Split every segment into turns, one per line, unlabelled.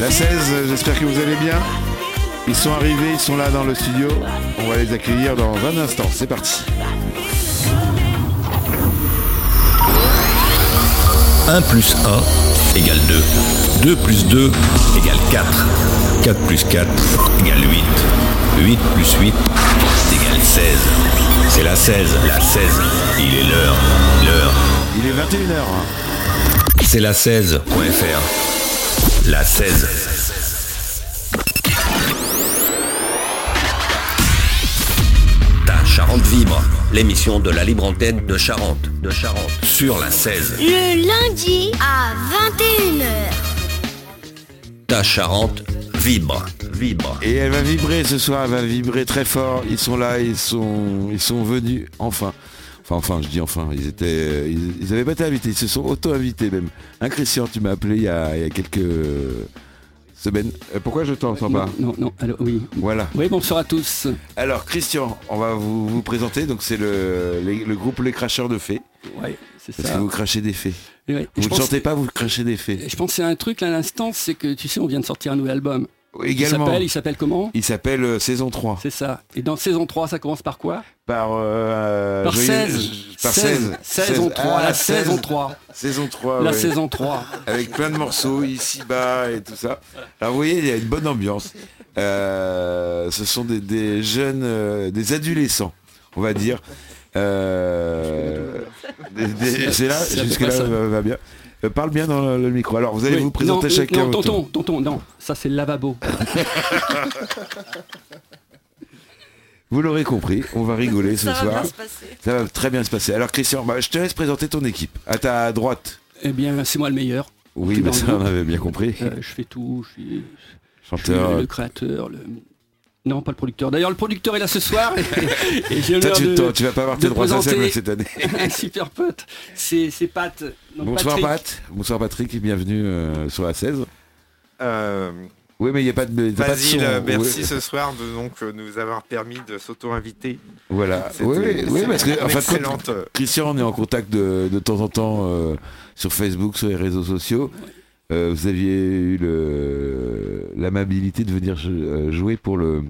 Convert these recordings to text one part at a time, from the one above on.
La 16, euh, j'espère que vous allez bien. Ils sont arrivés, ils sont là dans le studio. On va les accueillir dans un instant. C'est parti.
Première. 1 plus 1 égale 2. 2 plus 2 égale 4. 4 plus 4 égale 8. 8 plus 8 égale 16. C'est la 16, la 16. Il est l'heure, l'heure.
Il est 21h.
C'est la 16.fr. La 16. Ta Charente vibre, l'émission de la libre antenne de Charente, de Charente, sur la 16.
Le lundi à 21h.
Ta Charente vibre, vibre.
Et elle va vibrer ce soir, elle va vibrer très fort. Ils sont là, ils sont, ils sont venus enfin. Enfin, enfin, je dis enfin, ils étaient, euh, ils, ils avaient pas été invités, ils se sont auto-invités même. Hein, Christian, tu m'as appelé il y, a, il y a quelques semaines. Euh, Pourquoi je t'entends pas
Non, non, non, allô, oui.
Voilà.
Oui, bonsoir à tous.
Alors Christian, on va vous, vous présenter. Donc c'est le, les- le groupe Les Cracheurs de Fées.
Ouais, c'est
Parce
ça.
que vous crachez des fées.
Et ouais,
Vous
je,
ne
pense,
chantez pas, vous crachez des fées.
je pensais à un truc là à l'instant, c'est que tu sais, on vient de sortir un nouvel album. Il
Également.
s'appelle, il s'appelle comment
Il s'appelle euh, Saison 3.
C'est ça. Et dans saison 3, ça commence par quoi
Par, euh,
Par
Joyeux-
16.
Par
16.
16.
16 en 3,
Ah,
la saison 3.
Saison 3,
La
ouais.
saison 3.
Avec plein de morceaux, ici-bas et tout ça. Alors vous voyez, il y a une bonne ambiance. Euh, ce sont des, des jeunes, euh, des adolescents, on va dire. Euh, des- des- c'est là,
C'est à peu
jusque-là,
près ça.
va, va bien. Euh, parle bien dans le, le micro. Alors vous allez
Oui.
vous présenter
non,
chacun.
Non,
votre tour.
tonton, tonton, non. Ça, c'est le lavabo.
Vous l'aurez compris, on va rigoler ce
Ça va
soir.
bien se passer.
Ça va très bien se passer. Alors Christian, bah, je te laisse présenter ton équipe. À ta droite.
Eh bien, c'est moi le meilleur.
Oui,
Tout
bah,
dans
ça
le
on
groupe.
avait bien compris.
Euh, je fais tout. Je suis, je suis
Chanteur. euh.
le créateur. Le... Non, pas le producteur. D'ailleurs, le producteur est là ce soir. Et, et j'ai
Toi,
l'honneur
tu,
de-
t'en- tu vas pas avoir
de
tes droits
présenter-
sociaux cette année.
un super pote. C'est c'est Pat. Donc,
Bonsoir
Patrick.
Pat. Bonsoir Patrick et bienvenue euh, sur la 16.
Euh,
Oui, mais il n'y a pas de. t'as pas de
Basile,
son.
euh, merci
Oui.
ce soir de donc, euh, nous avoir permis de s'auto-inviter.
Voilà.
C'était-
Oui, oui, oui,
c'est
parce que
une
en fait,
excellente. euh,
Christian, on est en contact de, de temps en temps euh, sur Facebook, sur les réseaux sociaux. Euh, vous aviez eu le- l'amabilité de venir jou- euh, jouer pour le,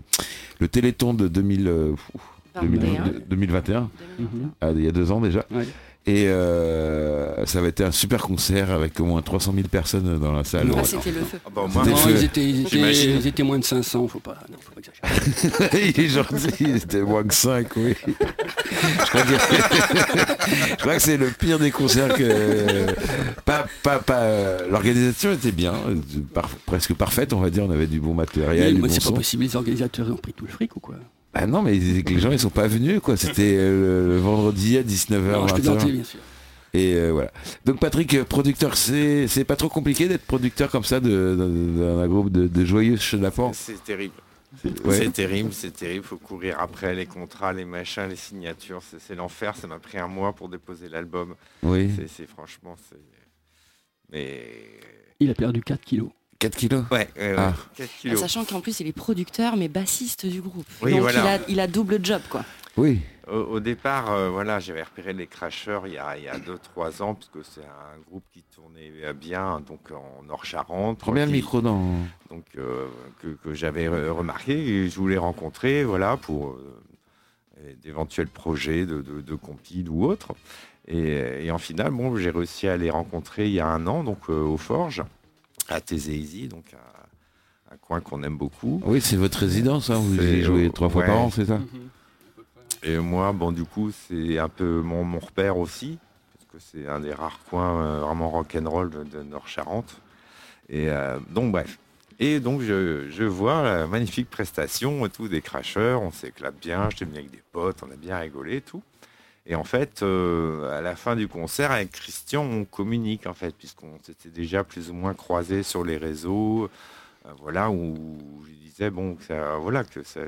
le Téléthon de 2000, euh, pff, 2021. 2021,
Mhm.
ah, il y a deux ans déjà.
Ouais.
Et euh, ça avait été un super concert avec au moins 300 000 personnes dans la salle.
Ah, c'était le feu.
ah, bah, moi,
Des
Non,
feux.
ils, étaient, ils, étaient,
J'imagine.
ils étaient moins de 500, faut pas, non, faut pas exagérer.
Ah, il est gentil, il était moins que 5, oui. Je crois, que- je crois que c'est le pire des concerts que. Pas, pas, pas... L'organisation était bien, par- presque parfaite, on va dire. On avait du bon
Mais
matériel, du
moi,
bon
c'est pas
son.
possible, les organisateurs ils ont pris tout le fric ou quoi
Ah non, mais c'est que les gens, ils sont pas venus, quoi. C'était euh, le, le vendredi à 19h,
Non, je
20h.
plaisantais, bien sûr.
Et euh, voilà. Donc, Patrick, euh, producteur, c'est c'est pas trop compliqué d'être producteur comme ça de- de- d'un groupe de, de joyeux chenapans.
c'est terrible.
Ouais.
C'est terrible, c'est terrible. Faut courir après les contrats, les machins, les signatures. C'est c'est l'enfer. Ça m'a pris un mois pour déposer l'album.
Oui.
C'est- C'est franchement, c'est. Mais.
Il a perdu 4 kilos.
4 kilos.
Ouais, ouais, ouais.
Ah.
4 kilos.
Sachant qu'en plus, il est producteur, mais bassiste du groupe.
Oui,
Donc,
voilà.
il, a, il a double job, quoi.
Oui.
Au, au départ, euh, voilà, j'avais repéré les crasheurs il y a 2-3 ans, parce que c'est un groupe qui tournait euh, bien donc en Nord-Charente.
Combien de
qui-
micros dans.
donc, euh, que, que j'avais euh, remarqué et je voulais rencontrer voilà, pour euh, d'éventuels projets de, de, de compil ou autre. Et, et en finale, bon, j'ai réussi à les rencontrer il y a un an, donc euh, au Forge, à Tézéisy, donc un, un coin qu'on aime beaucoup.
Oui, c'est votre résidence, hein, vous
C'est-
y jouez trois fois
ouais.
par an, c'est ça
Et moi, bon, du coup, c'est un peu mon, mon repère aussi, parce que c'est un des rares coins euh, vraiment rock'n'roll de, de Nord-Charente. Et euh, donc, bref. Et donc, je, je vois la magnifique prestation et tout, des cracheurs, on s'éclate bien, j'étais venu avec des potes, on a bien rigolé et tout. Et en fait, euh, à la fin du concert, avec Christian, on communique, en fait, puisqu'on s'était déjà plus ou moins croisés sur les réseaux, euh, voilà, où je disais, bon, que ça, voilà, que ça,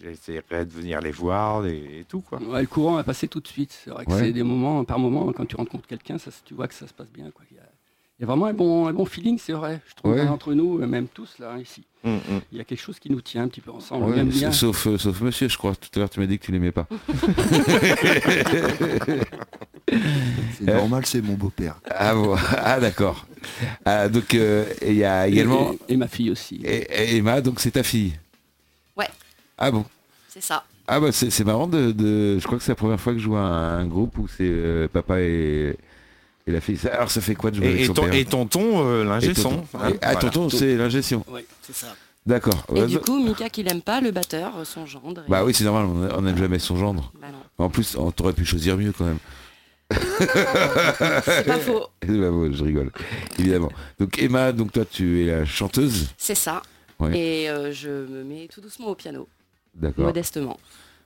j'essaierai de venir les voir et, et tout, quoi.
Ouais, le courant a passé tout de suite. C'est vrai que
Ouais.
c'est des moments, par moments, quand tu rencontres quelqu'un, ça, tu vois que ça se passe bien. quoi. Il, y a, il y a vraiment un bon, un bon feeling, c'est vrai. Je trouve
Ouais.
hein, entre nous, euh, même tous là, ici.
Hum, hum.
Il y a quelque chose qui nous tient un petit peu ensemble. on
Ouais,
aime
sa-
bien.
sauf, euh, sauf monsieur, je crois. Tout à l'heure, tu m'as dit que tu l'aimais pas.
C'est normal, c'est mon beau-père.
Ah, bon. Ah, d'accord. Ah, donc, euh, il y a également
Et, et ma fille aussi.
et- et Emma, donc c'est ta fille
Ouais.
Ah bon
C'est ça.
Ah bah c'est c'est marrant de, de- Je crois que c'est la première fois que je vois un, un groupe où c'est euh, papa et, et la fille. Ça- Alors ça fait quoi de jouer avec
Et, et
son
ton-
père
et tonton, euh, l'ingé son.
tonton.
hein,
hein. Et- ah,
voilà.
tonton, c'est l'ingestion.
Ouais, c'est ça.
D'accord.
Et
Ouais,
du
bah-
coup, Mika qui l'aime pas, le batteur, euh, son gendre. et-
bah oui, c'est normal, on- on n'aime jamais son gendre.
Bah non,
En plus, on t'aurait pu choisir mieux quand même.
c'est pas faux.
Bah, bon, je rigole, évidemment. Donc Emma, donc toi tu es la chanteuse.
C'est ça.
Ouais.
Et euh, je me mets tout doucement au piano,
D'accord.
modestement.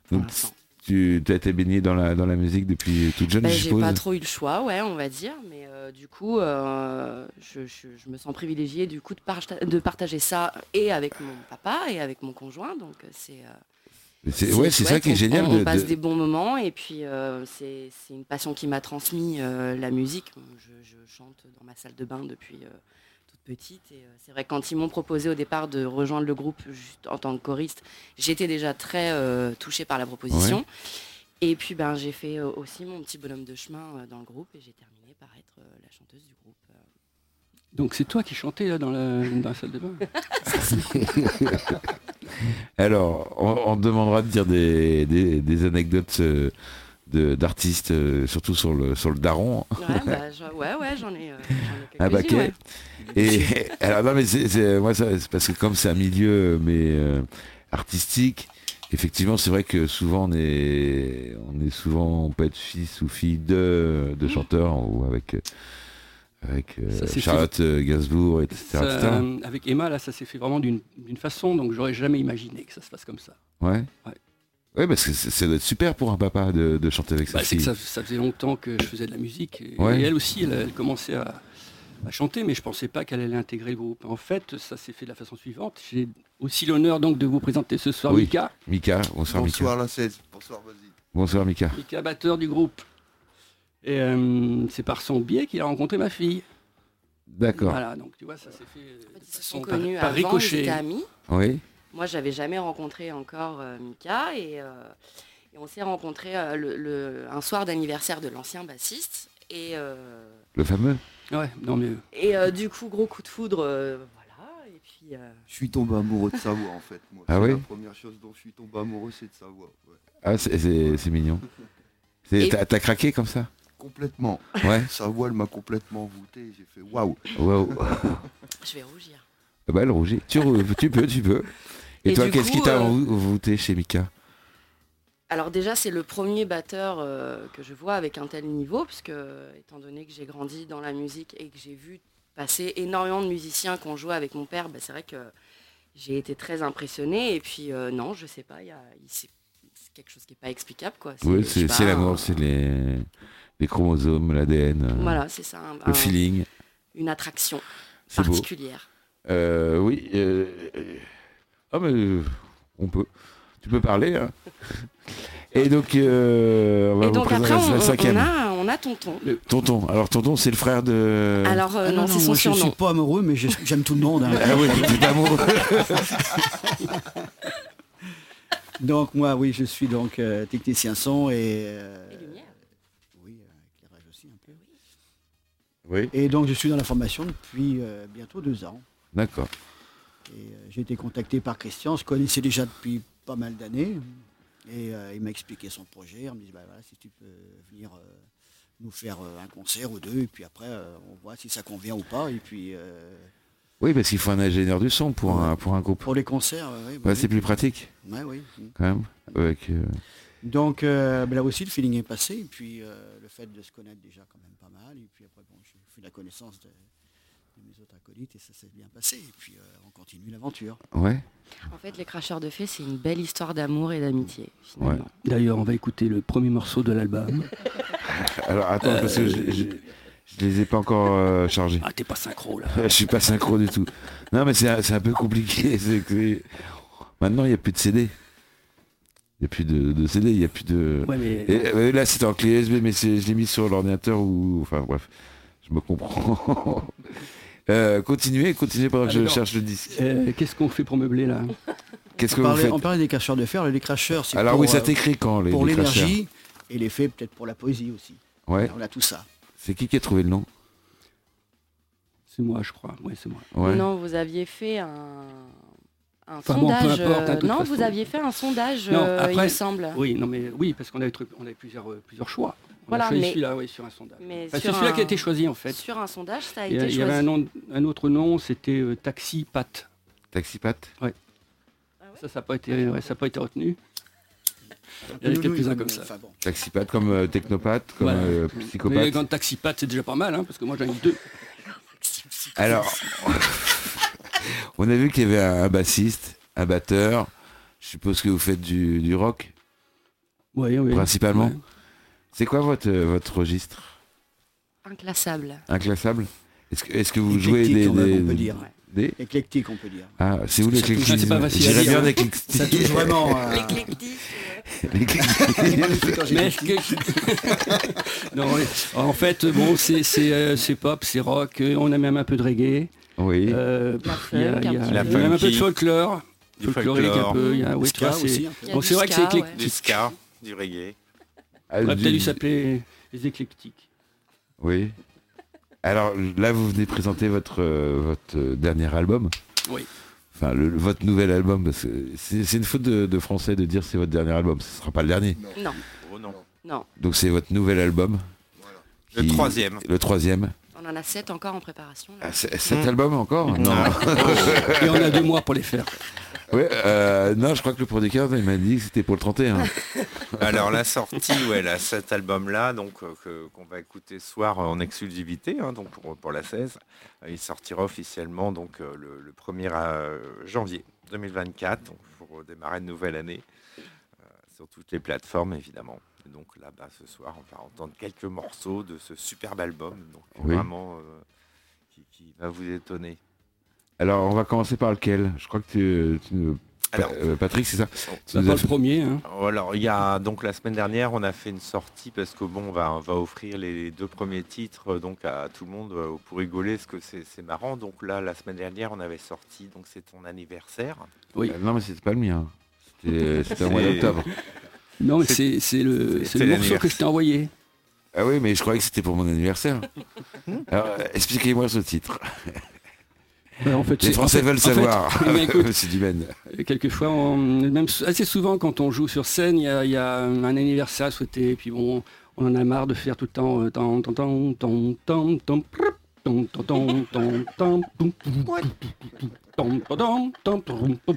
pour
Donc
l'instant.
tu as été baignée dans la, dans la musique depuis toute jeune,
Bah,
je
j'ai pas
suppose.
trop eu le choix, ouais, on va dire. Mais euh, du coup, euh, je, je- je me sens privilégiée du coup de, parta- de partager ça et avec mon papa et avec mon conjoint. Donc euh, c'est euh,
C'est- Ouais, c'est ça
chouette,
qui est
on-
génial.
On,
de-
passe
de-
des bons moments et puis euh, c'est c'est une passion qui m'a transmis euh, la musique. Je, je chante dans ma salle de bain depuis euh, toute petite. Et euh, c'est vrai que quand ils m'ont proposé au départ de rejoindre le groupe juste en tant que choriste, j'étais déjà très euh, touchée par la proposition. Et puis ben j'ai fait euh, aussi mon petit bonhomme de chemin euh, dans le groupe et j'ai terminé par être euh, la chanteuse du groupe. euh,
Donc c'est toi qui chantais là dans la, dans la salle de bain
Alors, on, on te demandera de dire des, des- des anecdotes euh, de- d'artistes, euh, surtout sur le, sur le daron.
Ouais, bah, je- ouais, ouais, j'en ai, euh, j'en
Un
ai quelques-unes,
paquet.
ouais.
Ah, bah, Et alors non mais c'est c'est- moi ça c'est parce que comme c'est un milieu mais euh, artistique, effectivement c'est vrai que souvent on est on est souvent on peut être fils ou fille de de chanteurs ou avec euh, avec euh,
Ça, c'est
Charlotte euh, Gainsbourg etc.
Ça,
etc.
euh, avec Emma, là, ça s'est fait vraiment d'une d'une façon, donc j'aurais jamais imaginé que ça se fasse comme ça.
Ouais.
Ouais.
Ouais parce que c'est- ça doit être super pour un papa de, de chanter avec sa
Bah, c'est
fille.
que ça, ça faisait longtemps que je faisais de la musique. Et,
Ouais.
et elle aussi, elle, elle commençait à, à chanter, mais je ne pensais pas qu'elle allait intégrer le groupe. En fait, ça s'est fait de la façon suivante. J'ai aussi l'honneur donc de vous présenter ce soir
Oui.
Mika,
Mika, bonsoir, Mika.
Bonsoir la 16. Bonsoir, vas-y.
Bonsoir Mika.
Mika batteur du groupe. Et euh, c'est par son biais qu'il a rencontré ma fille.
D'accord.
Voilà, donc tu vois, ça s'est fait euh,
En fait,
de
Ils se
façon
sont connus
par, par
avant, ils
ricochet.
étaient amis.
Oui.
Moi, j'avais jamais rencontré encore euh, Mika et, euh, et on s'est rencontrés euh, le- le- un soir d'anniversaire de l'ancien bassiste. Et, euh,
Le fameux.
Ouais, non mais
et euh, du coup, gros coup de foudre, euh, voilà. Et puis, euh,
Je suis tombé amoureux de sa voix en fait. Moi.
Ah
C'est
oui
La première chose dont je suis tombé amoureux, c'est de sa voix. ouais.
Ah c'est- c'est c'est mignon. C'est-
Et-
T'as t'as craqué comme ça.
Complètement.
Ouais.
Sa voix, elle m'a complètement voûté. J'ai fait waouh.
Waouh.
je vais rougir.
Ah Bah, elle rougit. Tu, rou- tu peux, tu peux. Et,
Et
toi,
du
qu'est-ce qui
coup,
t'a
euh,
envou- envoûté chez Mika
Alors déjà, c'est le premier batteur euh, que je vois avec un tel niveau, puisque euh, étant donné que j'ai grandi dans la musique et que j'ai vu passer énormément de musiciens qu'on jouait avec mon père, bah, c'est vrai que j'ai été très impressionnée. Et puis euh, non, je sais pas, il y a- il- c'est c'est quelque chose qui n'est pas explicable. quoi. je
Oui,
sais
c'est
pas,
c'est
un-
l'amour, c'est les, les chromosomes, l'ADN, euh,
Voilà, c'est ça, un-
le
un-
feeling.
une attraction
C'est beau.
particulière.
Euh, oui. euh, euh, Ah, mais euh, on peut. Tu peux parler. hein. Et donc, euh, on va
Et
vous
donc
présenter
après, on,
la
on-
cinquième. Euh,
on a, on a Tonton.
Tonton. Alors, Tonton, c'est le frère de.
Alors euh,
Ah
non, c'est son
moi, je suis
surnom.
pas amoureux, mais je- j'aime tout le monde. hein.
Ah oui, t'es pas amoureux.
Donc moi, oui, je suis donc euh, technicien son et... euh,
Et lumière.
oui, euh, éclairage aussi un peu.
Oui.
Et donc je suis dans la formation depuis euh, bientôt deux ans.
D'accord.
Et, euh, j'ai été contacté par Christian, je connaissais déjà depuis pas mal d'années. Et euh, il m'a expliqué son projet. On me dit, bah, voilà, si tu peux venir euh, nous faire euh, un concert ou deux, et puis après, euh, on voit si ça convient ou pas. Et puis, euh,
Oui, parce qu'il faut un ingénieur du son pour, un, pour un groupe.
pour les concerts, euh, oui, bah
Ouais,
oui.
c'est plus pratique,
Ouais, oui. Mm.
quand même. Avec, euh,
Donc euh, ben là aussi, le feeling est passé. Et puis euh, le fait de se connaître déjà quand même pas mal. Et puis après, bon, j'ai fait la connaissance de, de mes autres acolytes et ça s'est bien passé. Et puis euh, on continue l'aventure.
Ouais.
En fait, les cracheurs de fées, c'est une belle histoire d'amour et d'amitié. finalement.
Ouais.
d'ailleurs, on va écouter le premier morceau de l'album.
Alors attends, parce que je, je, je les ai pas encore euh, chargés.
Ah, t'es pas synchro là.
Je suis pas synchro du tout. Non, mais c'est un, c'est un peu compliqué. c'est que- Maintenant, il n'y a plus de CD. Il n'y a plus de, de CD, il n'y a plus de...
Ouais, mais
Et, euh, là, c'était en clé USB, mais c'est- je l'ai mis sur l'ordinateur ou... Enfin, bref, je me comprends. Euh, continuez, continuez pendant que
Ah,
je
d'accord.
cherche le disque.
euh, qu'est-ce qu'on fait pour meubler là
Qu'est-ce que
On
vous
parlait,
faites
on parlait des cracheurs de fer. Les cracheurs, c'est
Alors
pour,
oui, ça
euh,
t'écrit quand, les
pour
les cracheurs
l'énergie et les faits peut-être pour la poésie aussi.
Ouais.
On a tout ça.
C'est qui qui a trouvé le nom
C'est moi, je crois. Oui, c'est moi.
Ouais.
Non, vous aviez fait un, un
Enfin bon, peu
sondage.
importe, hein, de
euh,
toute
non,
façon.
vous aviez fait un sondage,
Non,
euh, il
après-
me semble.
Oui, non, mais oui, parce qu'on avait, tru- on avait plusieurs, euh, plusieurs choix. On
Voilà,
a choisi
mais-
celui-là, oui, sur un sondage.
Mais
Enfin, c'est
sur
celui-là
un-
qui a été choisi en fait.
Sur un sondage, ça a
Il y, a-
été
il
choisi.
y avait un, nom- un autre nom, c'était euh, Taxi Pat.
Taxi Pat
Ça, ça n'a pas, été- ouais, ça a pas été retenu.
Un
Il y en a
peu
quelques-uns
loulou,
comme
mais
ça.
enfin bon.
Taxi Pat comme euh, technopathe, comme
Voilà.
euh,
Mais
psychopathe.
quand Taxi Pat, c'est déjà pas mal, hein, parce que moi j'en ai eu deux.
Alors, on a vu qu'il y avait un, un bassiste, un batteur. Je suppose que vous faites du, du rock.
Oui, oui.
Principalement
Ouais.
C'est quoi votre, euh, votre registre
Inclassable.
Inclassable Est-ce que, est-ce que vous jouez
Éclectique,
des.
quand même,
des-
on peut dire.
des-
Éclectique, on peut dire.
Ah, c'est où
Ça touche-
l'éclectisme
c'est pas facile à
J'irais
dire,
bien
hein.
l'éclectisme.
Ça touche vraiment euh, à...
Éclectique.
L'éclectisme.
Mais que- Non, oui. en fait, bon, c'est c'est, euh, c'est pop, c'est rock, euh, on a même un peu de reggae.
Oui.
Euh,
La
pff, il y a-
funk,
il y a-
un petit
il y a
peu.
même un peu de
Funky.
folklore.
Du
Folklorique un
euh,
folklore.
peu. il y a- oui, tu
Ska
vois, c'est-
aussi, un peu.
Il y a
Bon,
du
c'est vrai que c'est
ska, ouais.
éclectique.
Du ska, du reggae.
Ah,
On aurait
du-
peut-être dû s'appeler les éclectiques.
Oui. Alors là, vous venez présenter votre, euh, votre euh, dernier album.
Oui.
Enfin, le- votre nouvel album. parce que C'est c'est une faute de, de français de dire c'est votre dernier album. Ce ne sera pas le dernier.
Non,
Oh non.
non.
Donc c'est votre nouvel album.
Le
Qui-
troisième.
Le troisième.
On en a sept encore en préparation. là.
Ah, c'est- cet
Mm.
album encore Ah.
Et on a deux mois pour les faire.
Ouais, euh, non, je crois que le producteur il m'a dit que c'était pour le 31.
Alors la sortie, ouais, là, cet album-là, donc euh, que- qu'on va écouter ce soir euh, en exclusivité, hein, donc pour, pour la 16, euh, il sortira officiellement donc euh, le, le 1er euh, janvier 2024, donc pour démarrer une nouvelle année euh, sur toutes les plateformes évidemment. Et donc là, bah, ce soir, on va entendre quelques morceaux de ce superbe album, donc
Oui.
vraiment euh, qui, qui va vous étonner.
Alors on va commencer par lequel Je crois que tu, tu nous- Pa-
Alors,
euh, Patrick, c'est ça Tu
Bah,
nous
pas
as
le
fait-
premier. hein.
Oh, Alors, il y a donc la semaine dernière, on a fait une sortie parce que bon, on va, on va offrir les deux premiers titres euh, donc à tout le monde euh, pour rigoler, parce que c'est c'est marrant. Donc là, la semaine dernière, on avait sorti donc c'est ton anniversaire.
Oui.
Euh, Non, mais c'était pas le mien. C'était euh, c'était au mois
C'est-
d'octobre.
Non, mais c'est c'est le, c'est
C'était
le morceau
l'anniversaire.
que je t'ai envoyé.
Ah oui, mais je croyais que c'était pour mon anniversaire. Alors, euh, expliquez-moi ce titre.
Euh, En fait,
Les
c'est-
Français
en fait-
veulent
en fait,
savoir.
eh ben, écoute,
Monsieur Dumaine.
Et Quelquefois, on- même s- assez souvent, quand on joue sur scène, il y a, il y a un anniversaire à souhaiter. Et puis bon, on en a marre de faire tout le temps. euh, tan, tan, tan, tan, tan, tan, prrp, tan, tan, tan, tan, tan, poum, poum, poum, poum, poum, tan, tan, tan, poum, poum, poum,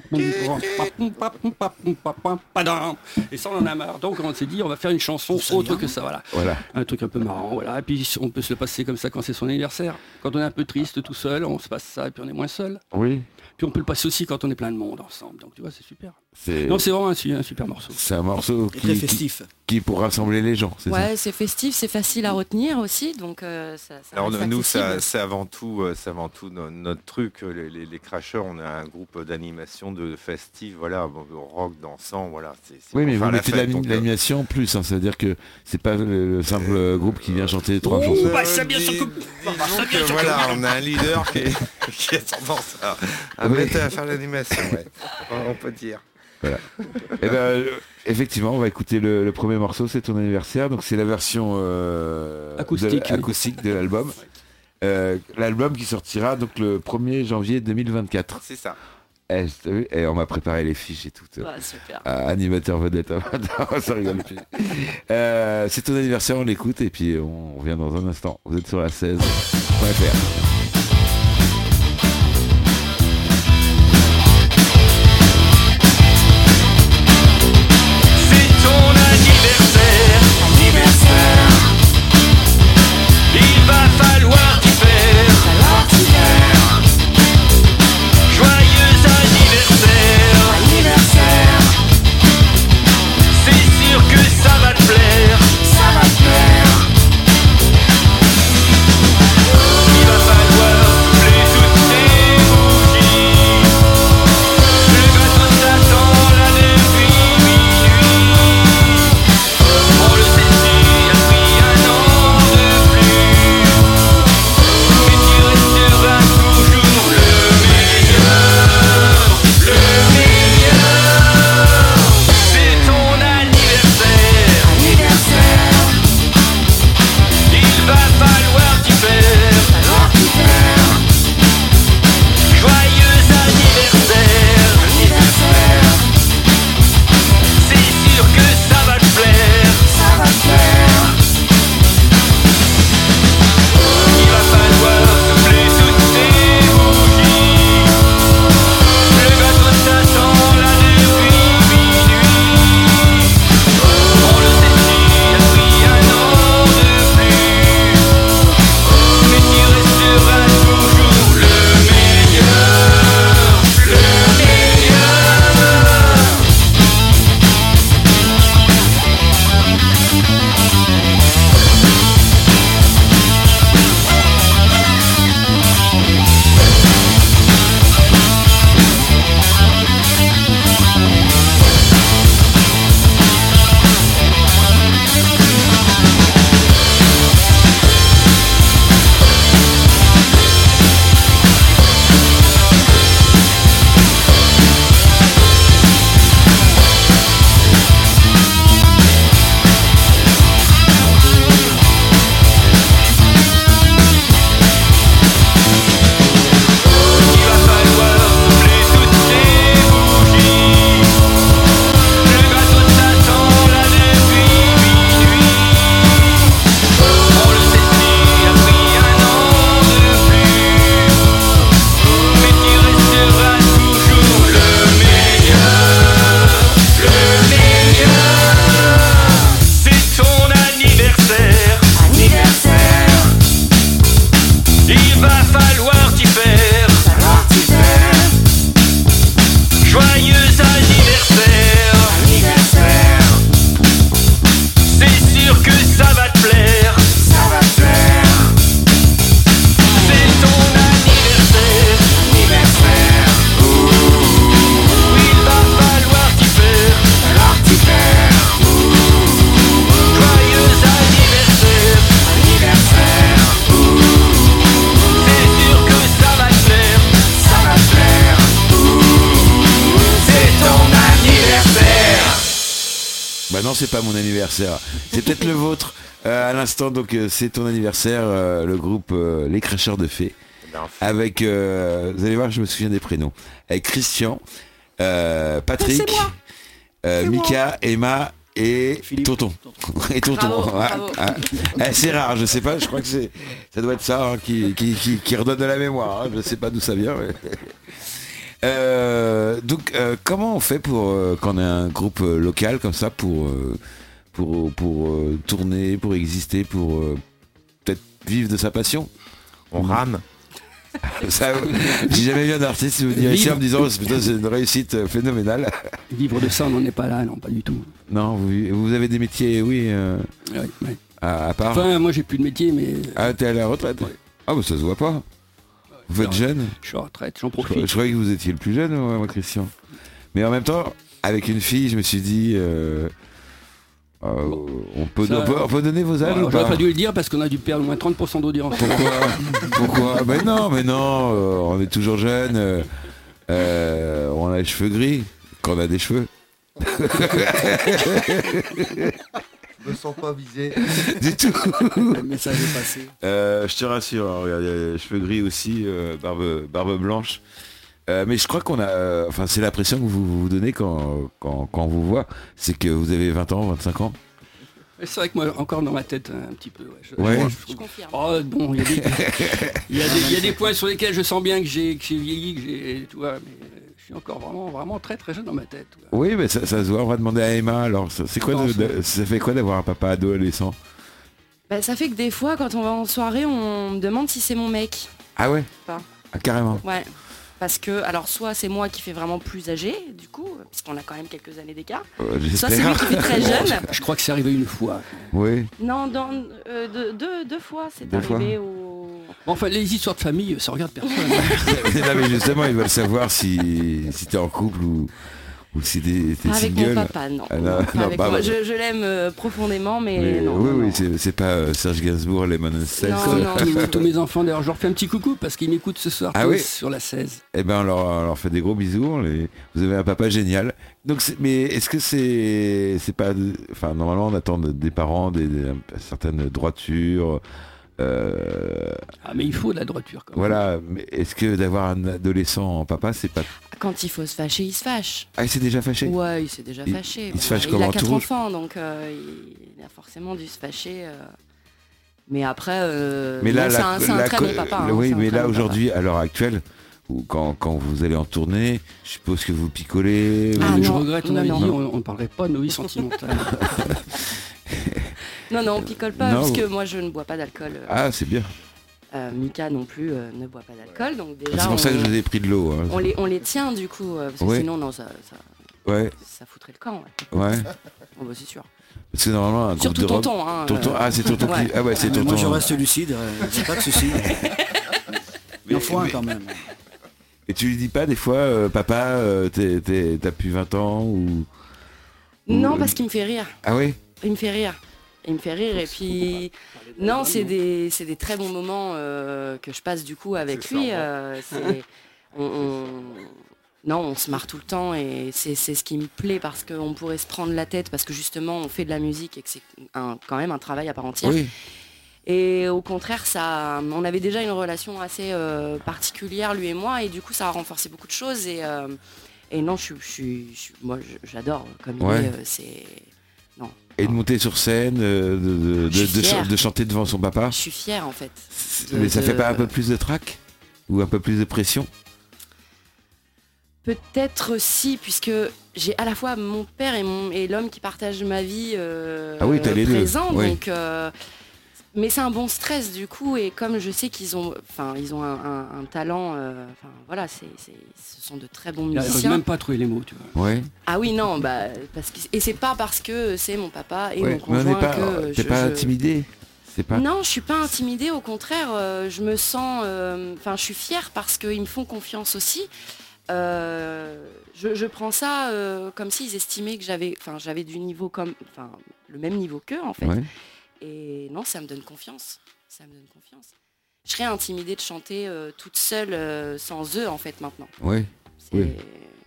poum, pa, poum, pa, poum, pa, poum, padam. Et ça, on en a marre. Donc, on s'est dit, on va faire une chanson
Ça
autre
vient.
que ça. Voilà.
Voilà.
Un truc un peu marrant. Voilà. Et puis, on peut se le passer comme ça quand c'est son anniversaire. Quand on est un peu triste tout seul, on se passe ça et puis on est moins seul.
Oui.
Puis on peut le passer aussi quand on est plein de monde ensemble. Donc tu vois, c'est super.
C'est
Non, c'est vraiment un, su- un super morceau.
c'est un morceau
Et très
qui, qui,
festif.
qui est pour rassembler les gens, c'est ça
Ouais, c'est festif, c'est facile à retenir aussi, donc euh, ça. ça
Ah, Alors
reste
nous, ça-
accessible.
c'est avant tout, euh, c'est avant tout no- notre truc. euh, Les, les, les Crashers, on a un groupe d'animation de festive, voilà, bon, de rock, dansant, voilà. c'est- c'est
Oui, mais
pour faire
vous
la
mettez de
fête,
l'ani-
donc,
de
euh,
l'animation en plus. hein. C'est-à-dire que c'est pas le, le simple groupe qui vient chanter trois chansons.
bah, ça bien sur Bah, Voilà, on a un leader qui, qui a tendance à, à
Oui.
mettre à faire l'animation, ouais. on peut dire.
Eh ben, euh, effectivement, on va écouter le, le premier morceau, c'est ton anniversaire. Donc c'est la version euh,
Acoustique,
de,
oui.
acoustique de l'album. Euh, l'album qui sortira donc le 1er janvier 2024.
C'est ça.
Eh, je t'ai vu, eh, on m'a préparé les fiches et tout. euh,
Ouais, super.
à animateur vedette. Non, ça rigole plus. Euh, c'est ton anniversaire, on l'écoute et puis on revient dans un instant. Vous êtes sur la 16.fr.
C'est ton anniversaire, anniversaire. Il va falloir t'y faire, Joyeux anniversaire, anniversaire. C'est sûr que ça va te plaire, ça va te plaire. Il va falloir
Bah non, c'est pas mon anniversaire. C'est peut-être le vôtre. Euh, à l'instant, donc, euh, c'est ton anniversaire, euh, le groupe euh, Les Cracheurs de Fées. Avec, euh, vous allez voir, je me souviens des prénoms. Avec Christian, euh, Patrick, euh, Mika, Emma et
Philippe.
Tonton. Et Tonton.
Bravo,
Ah,
bravo.
ah. Eh, c'est rare, je sais pas, je crois que c'est, ça doit être ça hein, qui, qui, qui- qui redonne de la mémoire. hein. Je sais pas d'où ça vient. mais- Euh, donc, euh, comment on fait pour euh, quand on a un groupe euh, local comme ça pour euh, pour pour euh, tourner, pour exister, pour euh, peut-être vivre de sa passion
On rame.
Ça, J'ai jamais vu un artiste vous dire ici en me disant oh, c'est- putain, c'est une réussite euh, phénoménale.
Vivre de ça, on n'en est pas là, non, pas du tout.
Non, vous, vous avez des métiers, oui, euh,
Ouais, ouais.
à, à part.
Enfin, moi, j'ai plus de métier, mais
Ah, t'es à la retraite Ah, bah ça se voit pas. Vous êtes
Non.
jeune
je suis en retraite, j'en
je, crois-
profite.
je croyais que vous étiez le plus jeune, moi, moi, Christian. Mais en même temps, avec une fille, je me suis dit. euh, euh, on, peut,
Ça-
on peut- on peut donner vos âges
Alors,
ou
J'aurais
pas
pas dû le dire parce qu'on a dû perdre au moins 30% d'audience.
Pourquoi Pourquoi Mais non, mais non, euh, on est toujours jeune. euh, euh, on a les cheveux gris, quand on a des cheveux.
Je me sens pas visé.
Du tout
Le message est passé.
Euh, je te rassure, hein, regarde, il y a les cheveux gris aussi, euh, barbe, barbe blanche. Euh, mais je crois qu'on a. euh, Enfin, c'est l'impression que vous vous donnez quand, quand, quand on vous voit. C'est que vous avez 20 ans, 25 ans.
C'est vrai que moi, encore dans ma tête, un petit peu. Ouais. Je-
Ouais.
je-
Je confirme.
Oh, bon, il y, a des- il y a des- il y a des points sur lesquels je sens bien que j'ai que j'ai vieilli, que j'ai, tu vois, mais euh, je suis encore vraiment, vraiment très, très jeune dans ma tête. ouais.
Oui, mais ça, ça se voit. On va demander à Emma. Alors, ça- c'est quoi
Non,
de-
c'est-
de- ça fait quoi d'avoir un papa adolescent
Bah, ça fait que des fois, quand on va en soirée, on me demande si c'est mon mec.
Ah ouais
Pas.
Ah, carrément.
Ouais. Parce que, alors, soit c'est moi qui fais vraiment plus âgé, du coup, puisqu'on a quand même quelques années d'écart.
Euh,
Soit c'est lui
J'espère.
qui fait très jeune.
Je crois que c'est arrivé une fois.
Oui.
Non, dans, euh, deux, deux, deux fois, c'est
Deux fois.
arrivé au...
Bon, enfin, les histoires de famille, ça regarde personne.
non, mais justement, ils veulent savoir si, si t'es en couple ou, ou si t'es t'es
Pas avec mon
single.
papa, non.
Ah, non,
Non, pas
non,
avec
pas
moi.
avec-
Je, je l'aime euh, profondément, mais,
Mais
non.
oui,
non,
oui,
non.
c'est- c'est pas euh, Serge Gainsbourg, les Stiles.
Non,
Comme
Oh non.
tous- tous mes enfants, d'ailleurs, je leur fais un petit coucou parce qu'ils m'écoutent ce soir
Ah
tous
oui
sur la 16.
Eh ben, on leur, on leur fait des gros bisous. on les- Vous avez un papa génial. Donc, c'est- mais est-ce que c'est, c'est pas, enfin, normalement, on attend de- des parents des, des- certaines droitures. euh,
Ah, mais il faut de la droiture quand même.
voilà. Mais est-ce que d'avoir un adolescent en papa, c'est pas,
Quand il faut se fâcher, il se fâche.
ah, c'est déjà fâché.
Ouais, il s'est déjà
Il-
fâché.
il se fâche
a-
comment
a quatre
tout rouge
enfants, donc euh, il, il a forcément dû se fâcher. euh. Mais après, euh,
Mais là,
non,
la-
c'est un, c'est un
la
très
co-
bon papa. hein,
oui,
c'est un
mais
très
là
bon
aujourd'hui, à l'heure actuelle, ou quand, quand vous allez en tournée, je suppose que vous picolez.
Ah,
vous-
je
non,
regrette, on
non,
avait
non.
dit on ne parlerait pas de nos vies sentimentales.
papa. Non, non, on picole pas,
Non,
parce que
vous-
moi, je ne bois pas d'alcool. euh.
Ah, c'est bien.
Euh, Mika non plus euh, ne boit pas d'alcool, donc déjà,
Ah, C'est pour ça que je
on,
vous ai pris de l'eau. hein.
on les, on les tient, du coup, euh, parce que
Ouais.
sinon, non, ça, ça,
Ouais,
ça foutrait le camp, ouais.
ouais.
Oh, bah, c'est sûr.
Parce que normalement, un groupe
Surtout
de rock-
tonton, hein.
Tonton,
euh,
ah c'est tonton
Ouais.
qui... Ah ouais, c'est
Mais
tonton.
Moi, je reste lucide, euh, j'ai pas de soucis. Il en faut un quand même.
Et tu lui dis pas des fois, euh, papa, euh, t'es- t'es- t'as plus 20 ans ou...
Non,
Ou-
parce qu'il me fait rire.
Ah oui
Il me fait rire. Il me fait rire et puis non, c'est des c'est des très bons moments euh, que je passe du coup avec lui. euh, c'est- on- on- non, on se marre tout le temps et c'est c'est ce qui me plaît parce qu'on pourrait se prendre la tête parce que justement on fait de la musique et que c'est un- quand même un travail à part entière.
Oui.
Et au contraire, ça, on avait déjà une relation assez euh, particulière, lui et moi, et du coup, ça a renforcé beaucoup de choses. Et, euh, et non, je, suis- je, suis- je suis- moi, je- j'adore comme
Ouais.
il est. euh, C'est,
Et de monter sur scène, euh, de, de-
Je suis
de- de
fière.
ch- de chanter devant son papa,
je suis fière en fait.
c'est-
de-
mais ça
de-
fait pas un peu plus de trac Ou un peu plus de pression
Peut-être si, puisque j'ai à la fois mon père et, mon, et l'homme qui partage ma vie euh,
Ah oui, t'as les deux,
présent,
oui.
donc. euh, mais c'est un bon stress du coup et comme je sais qu'ils ont, enfin, ils ont un, un- un talent, euh, enfin voilà, c'est, c'est- ce sont de très bons
Il n'arrive
musiciens.
même pas à trouver les mots, tu vois.
Ouais.
Ah oui, non, bah, parce que, et c'est pas parce que c'est mon papa et
ouais.
mon
Mais on
conjoint
n'est pas...
que euh,
T'es
je-
pas
je-
intimidé C'est pas...
Non, je suis pas intimidée, au contraire, euh, je me sens... euh, Enfin, je suis fière parce qu'ils me font confiance aussi. Euh, je, je prends ça euh, comme s'ils estimaient que j'avais enfin, j'avais du niveau comme... Enfin, le même niveau qu'eux, en fait.
Ouais.
Et non, ça me donne confiance. Ça me donne confiance. Je serais intimidée de chanter euh, toute seule euh, sans eux, en fait, maintenant.
ouais.
C'est-
Oui.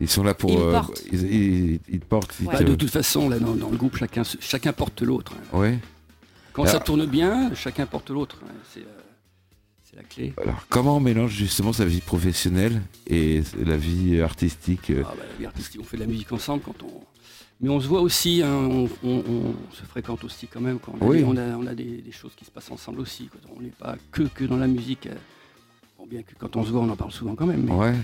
Ils sont là pour.
Ils le
euh,
portent.
ils, ils- ils te portent. ils
Ouais.
te-
Bah, de toute façon, là, dans, dans le groupe, chacun, se- chacun porte l'autre. hein.
Ouais.
Quand
Ah.
ça
Alors-
tourne bien, chacun porte l'autre. hein. C'est euh, c'est la clé.
Alors, comment on mélange justement sa vie professionnelle et la vie artistique euh,
Ah bah, les artistes, on fait de la musique ensemble quand on. Mais on se voit aussi, hein, on, on- on se fréquente aussi quand même. Quand on, a,
Oui.
des- on a, on a des, des choses qui se passent ensemble aussi. quoi. On n'est pas que, que dans la musique. euh. Bon, bien que quand on se voit, on en parle souvent quand même. mais
Ouais.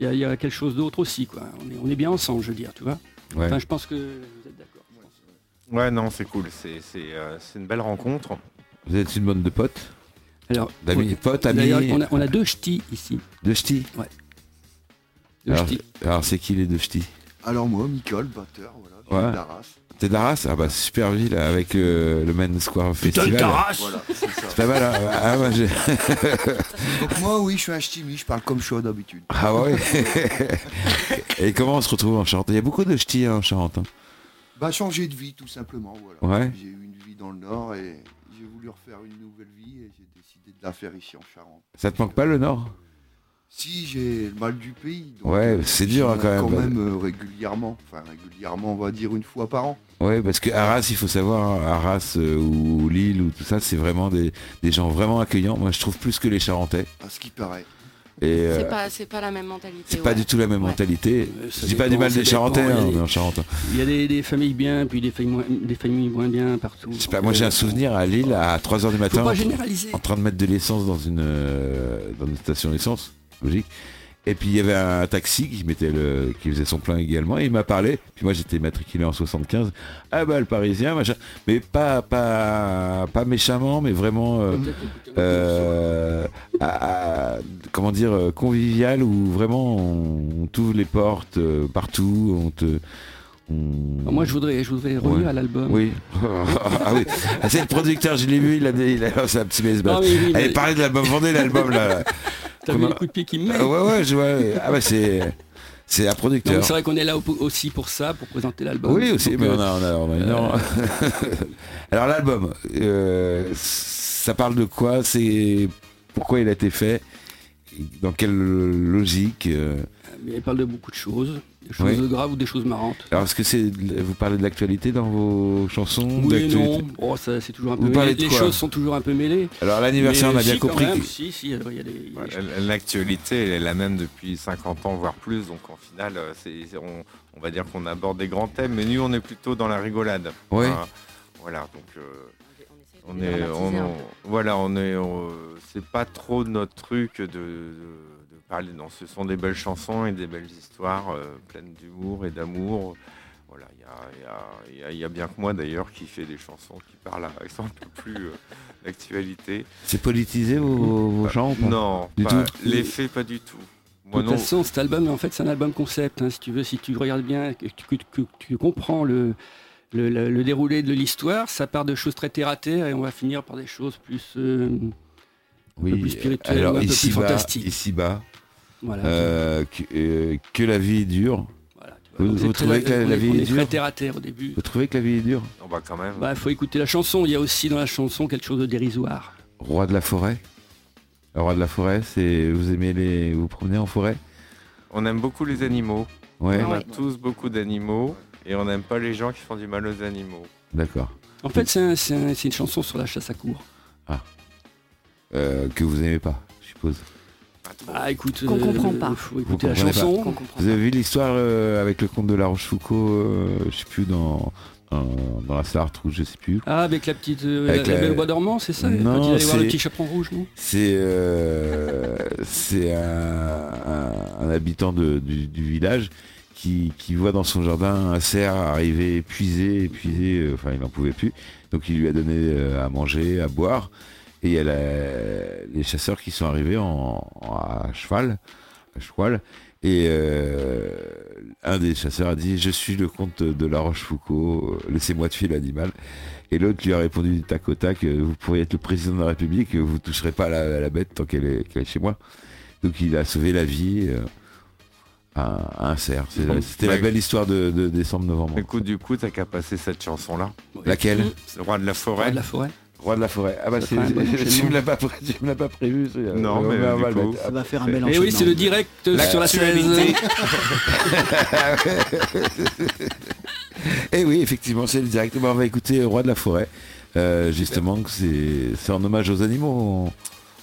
Il y a- il y, a quelque chose d'autre aussi. Quoi. On, est, on est bien ensemble, je veux dire, tu vois.
Ouais.
Enfin, je pense que vous êtes d'accord. je pense.
Ouais, non, c'est cool. C'est c'est, euh, c'est une belle rencontre.
Vous êtes une bande de potes
Alors,
D'amis,
ouais.
potes, amis
D'ailleurs, on a, on a deux ch'tis ici.
De ch'tis
Deux
Alors,
ch'tis.
alors, c'est qui les deux ch'tis
Alors moi, Micole, batteur, voilà, je suis
Ouais.
de la race.
T'es d'Arras Ah bah, super ville avec euh, le Main Square Festival.
Voilà, c'est ça.
C'est pas mal, hein ah, ouais, j'ai-
Donc moi, oui, je suis un ch'timi, je parle comme chaud d'habitude.
ah ouais Et comment on se retrouve en Charente Il y a beaucoup de ch'tis hein, en Charente. hein.
Bah changer de vie, tout simplement, voilà.
Ouais.
J'ai eu une vie dans le Nord et j'ai voulu refaire une nouvelle vie et j'ai décidé de la faire ici en Charente.
Ça te manque pas le Nord
Si j'ai le mal du pays, donc euh,
Ouais, c'est dur, hein,
j'y
quand
vais
même.
Quand même euh, régulièrement, enfin régulièrement, on va dire une fois par an.
Ouais, parce que Arras, il faut savoir, hein, Arras euh, ou Lille ou tout ça, c'est vraiment des, des gens vraiment accueillants. Moi, je trouve plus que les Charentais.
À ce qui paraît.
Et euh,
C'est pas, c'est pas la même mentalité.
c'est pas
ouais.
du tout la même
Ouais.
mentalité.
Ouais, Euh, ça
Je dis pas
dépend,
du mal
ça
des
dépend,
Charentais,
il y a
hein,
des-
on est en Charente.
Il y a des, des familles bien, puis des familles moins, des familles moins bien partout. euh,
Je sais pas, moi j'ai un souvenir à Lille à 3h du
Faut
matin
pas
en,
généraliser.
en train de mettre de l'essence dans une euh, dans une station essence, logique. Et puis il y avait un taxi qui mettait le qui faisait son plein également et il m'a parlé. Puis moi j'étais matriculé en 75. Ah bah le parisien machin, mais pas pas pas méchamment mais vraiment euh, euh, à- à- comment dire euh, convivial où vraiment on, on t'ouvre les portes euh, partout, on te on-
Euh, Ah, Moi, je voudrais, je voudrais revenir
Ouais.
à l'album.
oui. ah oui. Ah, c'est le producteur, je l'ai vu, il a, il a sa petite baisse
Ah oui, oui,
Allez,
mais-
parlez de l'album, vendez l'album là.
T'as vu
Comment-
les coups de pied qui me
Ah,
mettent
ouais, ouais, je vois. Ah bah c'est, c'est un
Donc
producteur.
c'est vrai qu'on est là au- aussi pour ça, pour présenter l'album.
oui aussi,
Donc,
mais
euh,
on a, on a, on a une heure. Alors l'album, euh, ça parle de quoi C'est pourquoi il a été fait Dans quelle logique euh
mais elle parle de beaucoup de choses, des choses
Oui.
graves ou des choses marrantes.
Alors est-ce que c'est, vous parlez de l'actualité dans vos chansons
Oui et
d'actualité
non, oh, ça, c'est toujours un peu
Mmh, Vous
mêlé.
parlez de
les
quoi
choses sont toujours un peu mêlées.
Alors l'anniversaire,
Mais
on a bien
si, quand
compris.
même,
que-
si, si, il y a des- il y a
Ouais,
des
L'actualité, elle est la même depuis 50 ans, voire plus. Donc, en final, euh, c'est- c'est- on, on va dire qu'on aborde des grands thèmes, mais nous, on est plutôt dans la rigolade.
Ouais.
Enfin, voilà, donc euh,
On,
on
essaie de
est, hein. on,
dédramatiser un
on-
peu.
voilà, on est, on- c'est pas trop notre truc de, de- de parler. Non, ce sont des belles chansons et des belles histoires euh, pleines d'humour et d'amour. Voilà, il y a- il y a- il y, a- il y a bien que moi d'ailleurs qui fait des chansons qui parlent à un peu plus euh, d'actualité.
C'est politisé vos, vos chants ou pas
Non,
Du
pas-
tout.
les faits, pas du tout.
De
Moi,
toute
non.
façon, cet album, en fait, c'est un album concept. hein, si tu veux, si tu regardes bien, que tu, que- que tu comprends le, le- le- le déroulé de l'histoire, ça part de choses très terre à terre et on va finir par des choses plus, euh,
oui,
plus spirituel
alors,
ou un peu plus
ici bas,
fantastique. Ah,
Ici bas,
voilà.
euh, que, euh, que la vie est dure.
Voilà, tu
vous-
vois. Donc, c'est
vous
très-
trouvez que la-
on
la
est-
vie
on
est
est
dure
très terre à terre au début.
Vous trouvez que la vie est dure
Non, bah quand même.
Bah, faut écouter la chanson. Il y a aussi dans la chanson quelque chose de dérisoire.
Roi de la forêt Le Roi de la forêt, c'est vous aimez les vous promenez en forêt
On aime beaucoup les animaux.
Ouais,
On a
Ouais.
tous beaucoup d'animaux. Et on n'aime pas les gens qui font du mal aux animaux.
d'accord.
En fait, c'est un- c'est un- c'est une chanson sur la chasse à cours.
Euh, que vous aimez pas, je suppose.
Pas trop.
Ah, écoute,
Qu'on comprend pas.
Faut écouter la
comprenez pas.
chanson.
Qu'on comprend.
Vous avez vu l'histoire euh, avec le comte de La Rochefoucauld, euh, je sais plus dans, dans dans la Sarthe ou je sais plus.
Ah, avec la petite euh,
Avec
la,
la-
belle bois dormant, c'est ça
Non,
Quand il allait voir
c'est-
le petit chaperon rouge, non
C'est euh, c'est un, un- un habitant de- du, du village qui, qui voit dans son jardin un cerf arriver épuisé, épuisé, euh, enfin il n'en pouvait plus. Donc il lui a donné euh, à manger, à boire. Et il y a la- les chasseurs qui sont arrivés en, en- à cheval. À cheval et euh, un des chasseurs a dit Je suis le comte de La Rochefoucauld, euh, laissez-moi tuer l'animal. Et l'autre lui a répondu du tac au tac, euh, vous pourriez être le président de la République, euh, vous ne toucherez pas à la, à la bête tant qu'elle est, qu'elle est chez moi. Donc il a sauvé la vie euh, à, à un cerf. C'est la- C'était la belle histoire de, de décembre-novembre.
Écoute, du coup, t'as qu'à passer cette chanson-là.
Laquelle
Le roi de la forêt.
Roi de la forêt.
Roi de la forêt. Ah bah,
Ça
c'est-
fera un bon
tu
enchaînement.
me l'as pas, pré- tu me l'as pas prévu. celui-là.
Non,
On
mais
va- on
du
va le
coup-
mettre.
Ça va faire un bel
Et
enchaînement.
Eh oui, c'est le direct sur la 16.
L'actualité. Et Ah, eh oui, effectivement, c'est le direct. Bon, on va écouter Roi de la forêt. Euh, justement, que c'est c'est en hommage aux animaux.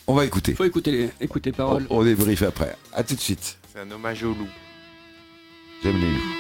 On, on va écouter.
Faut écouter les, écouter les
On,
paroles.
on débrief après. À tout de suite.
C'est un hommage au loup.
J'aime les loups.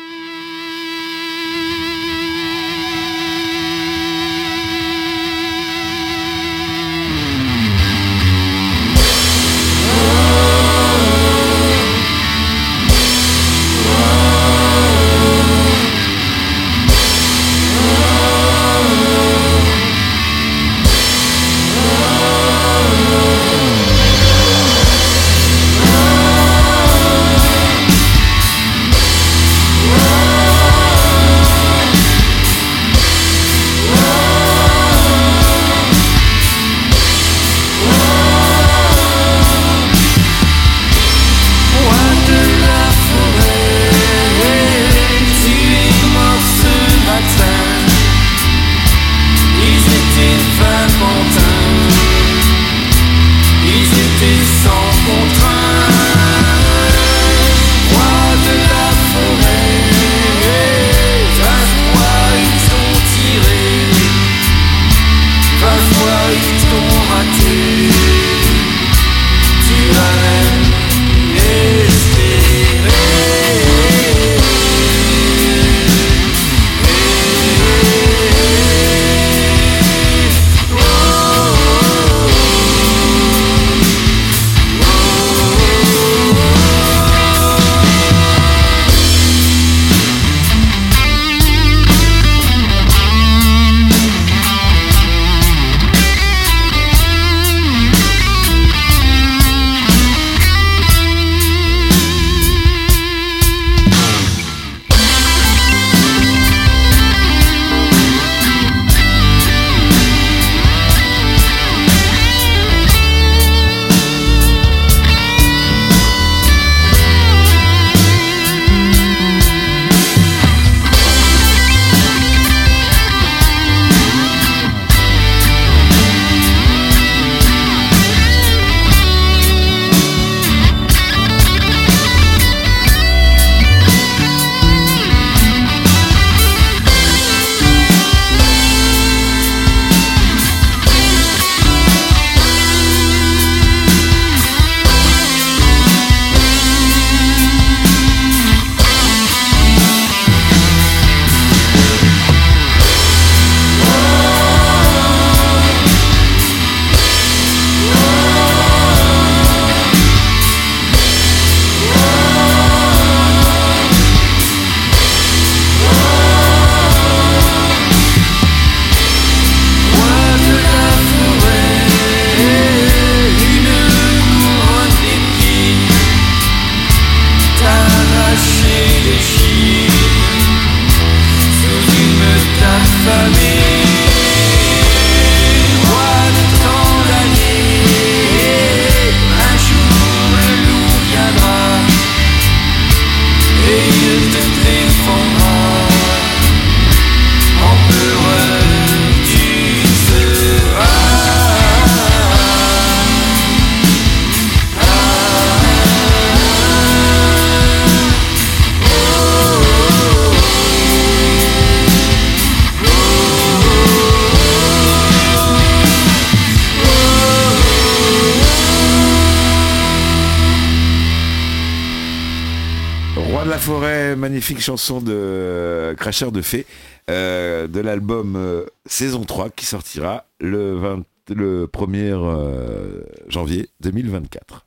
Roi de la forêt, magnifique chanson de euh, Cracheur de Fées, euh, de l'album euh, Saison 3 qui sortira le, 20 le 1er euh, janvier 2024.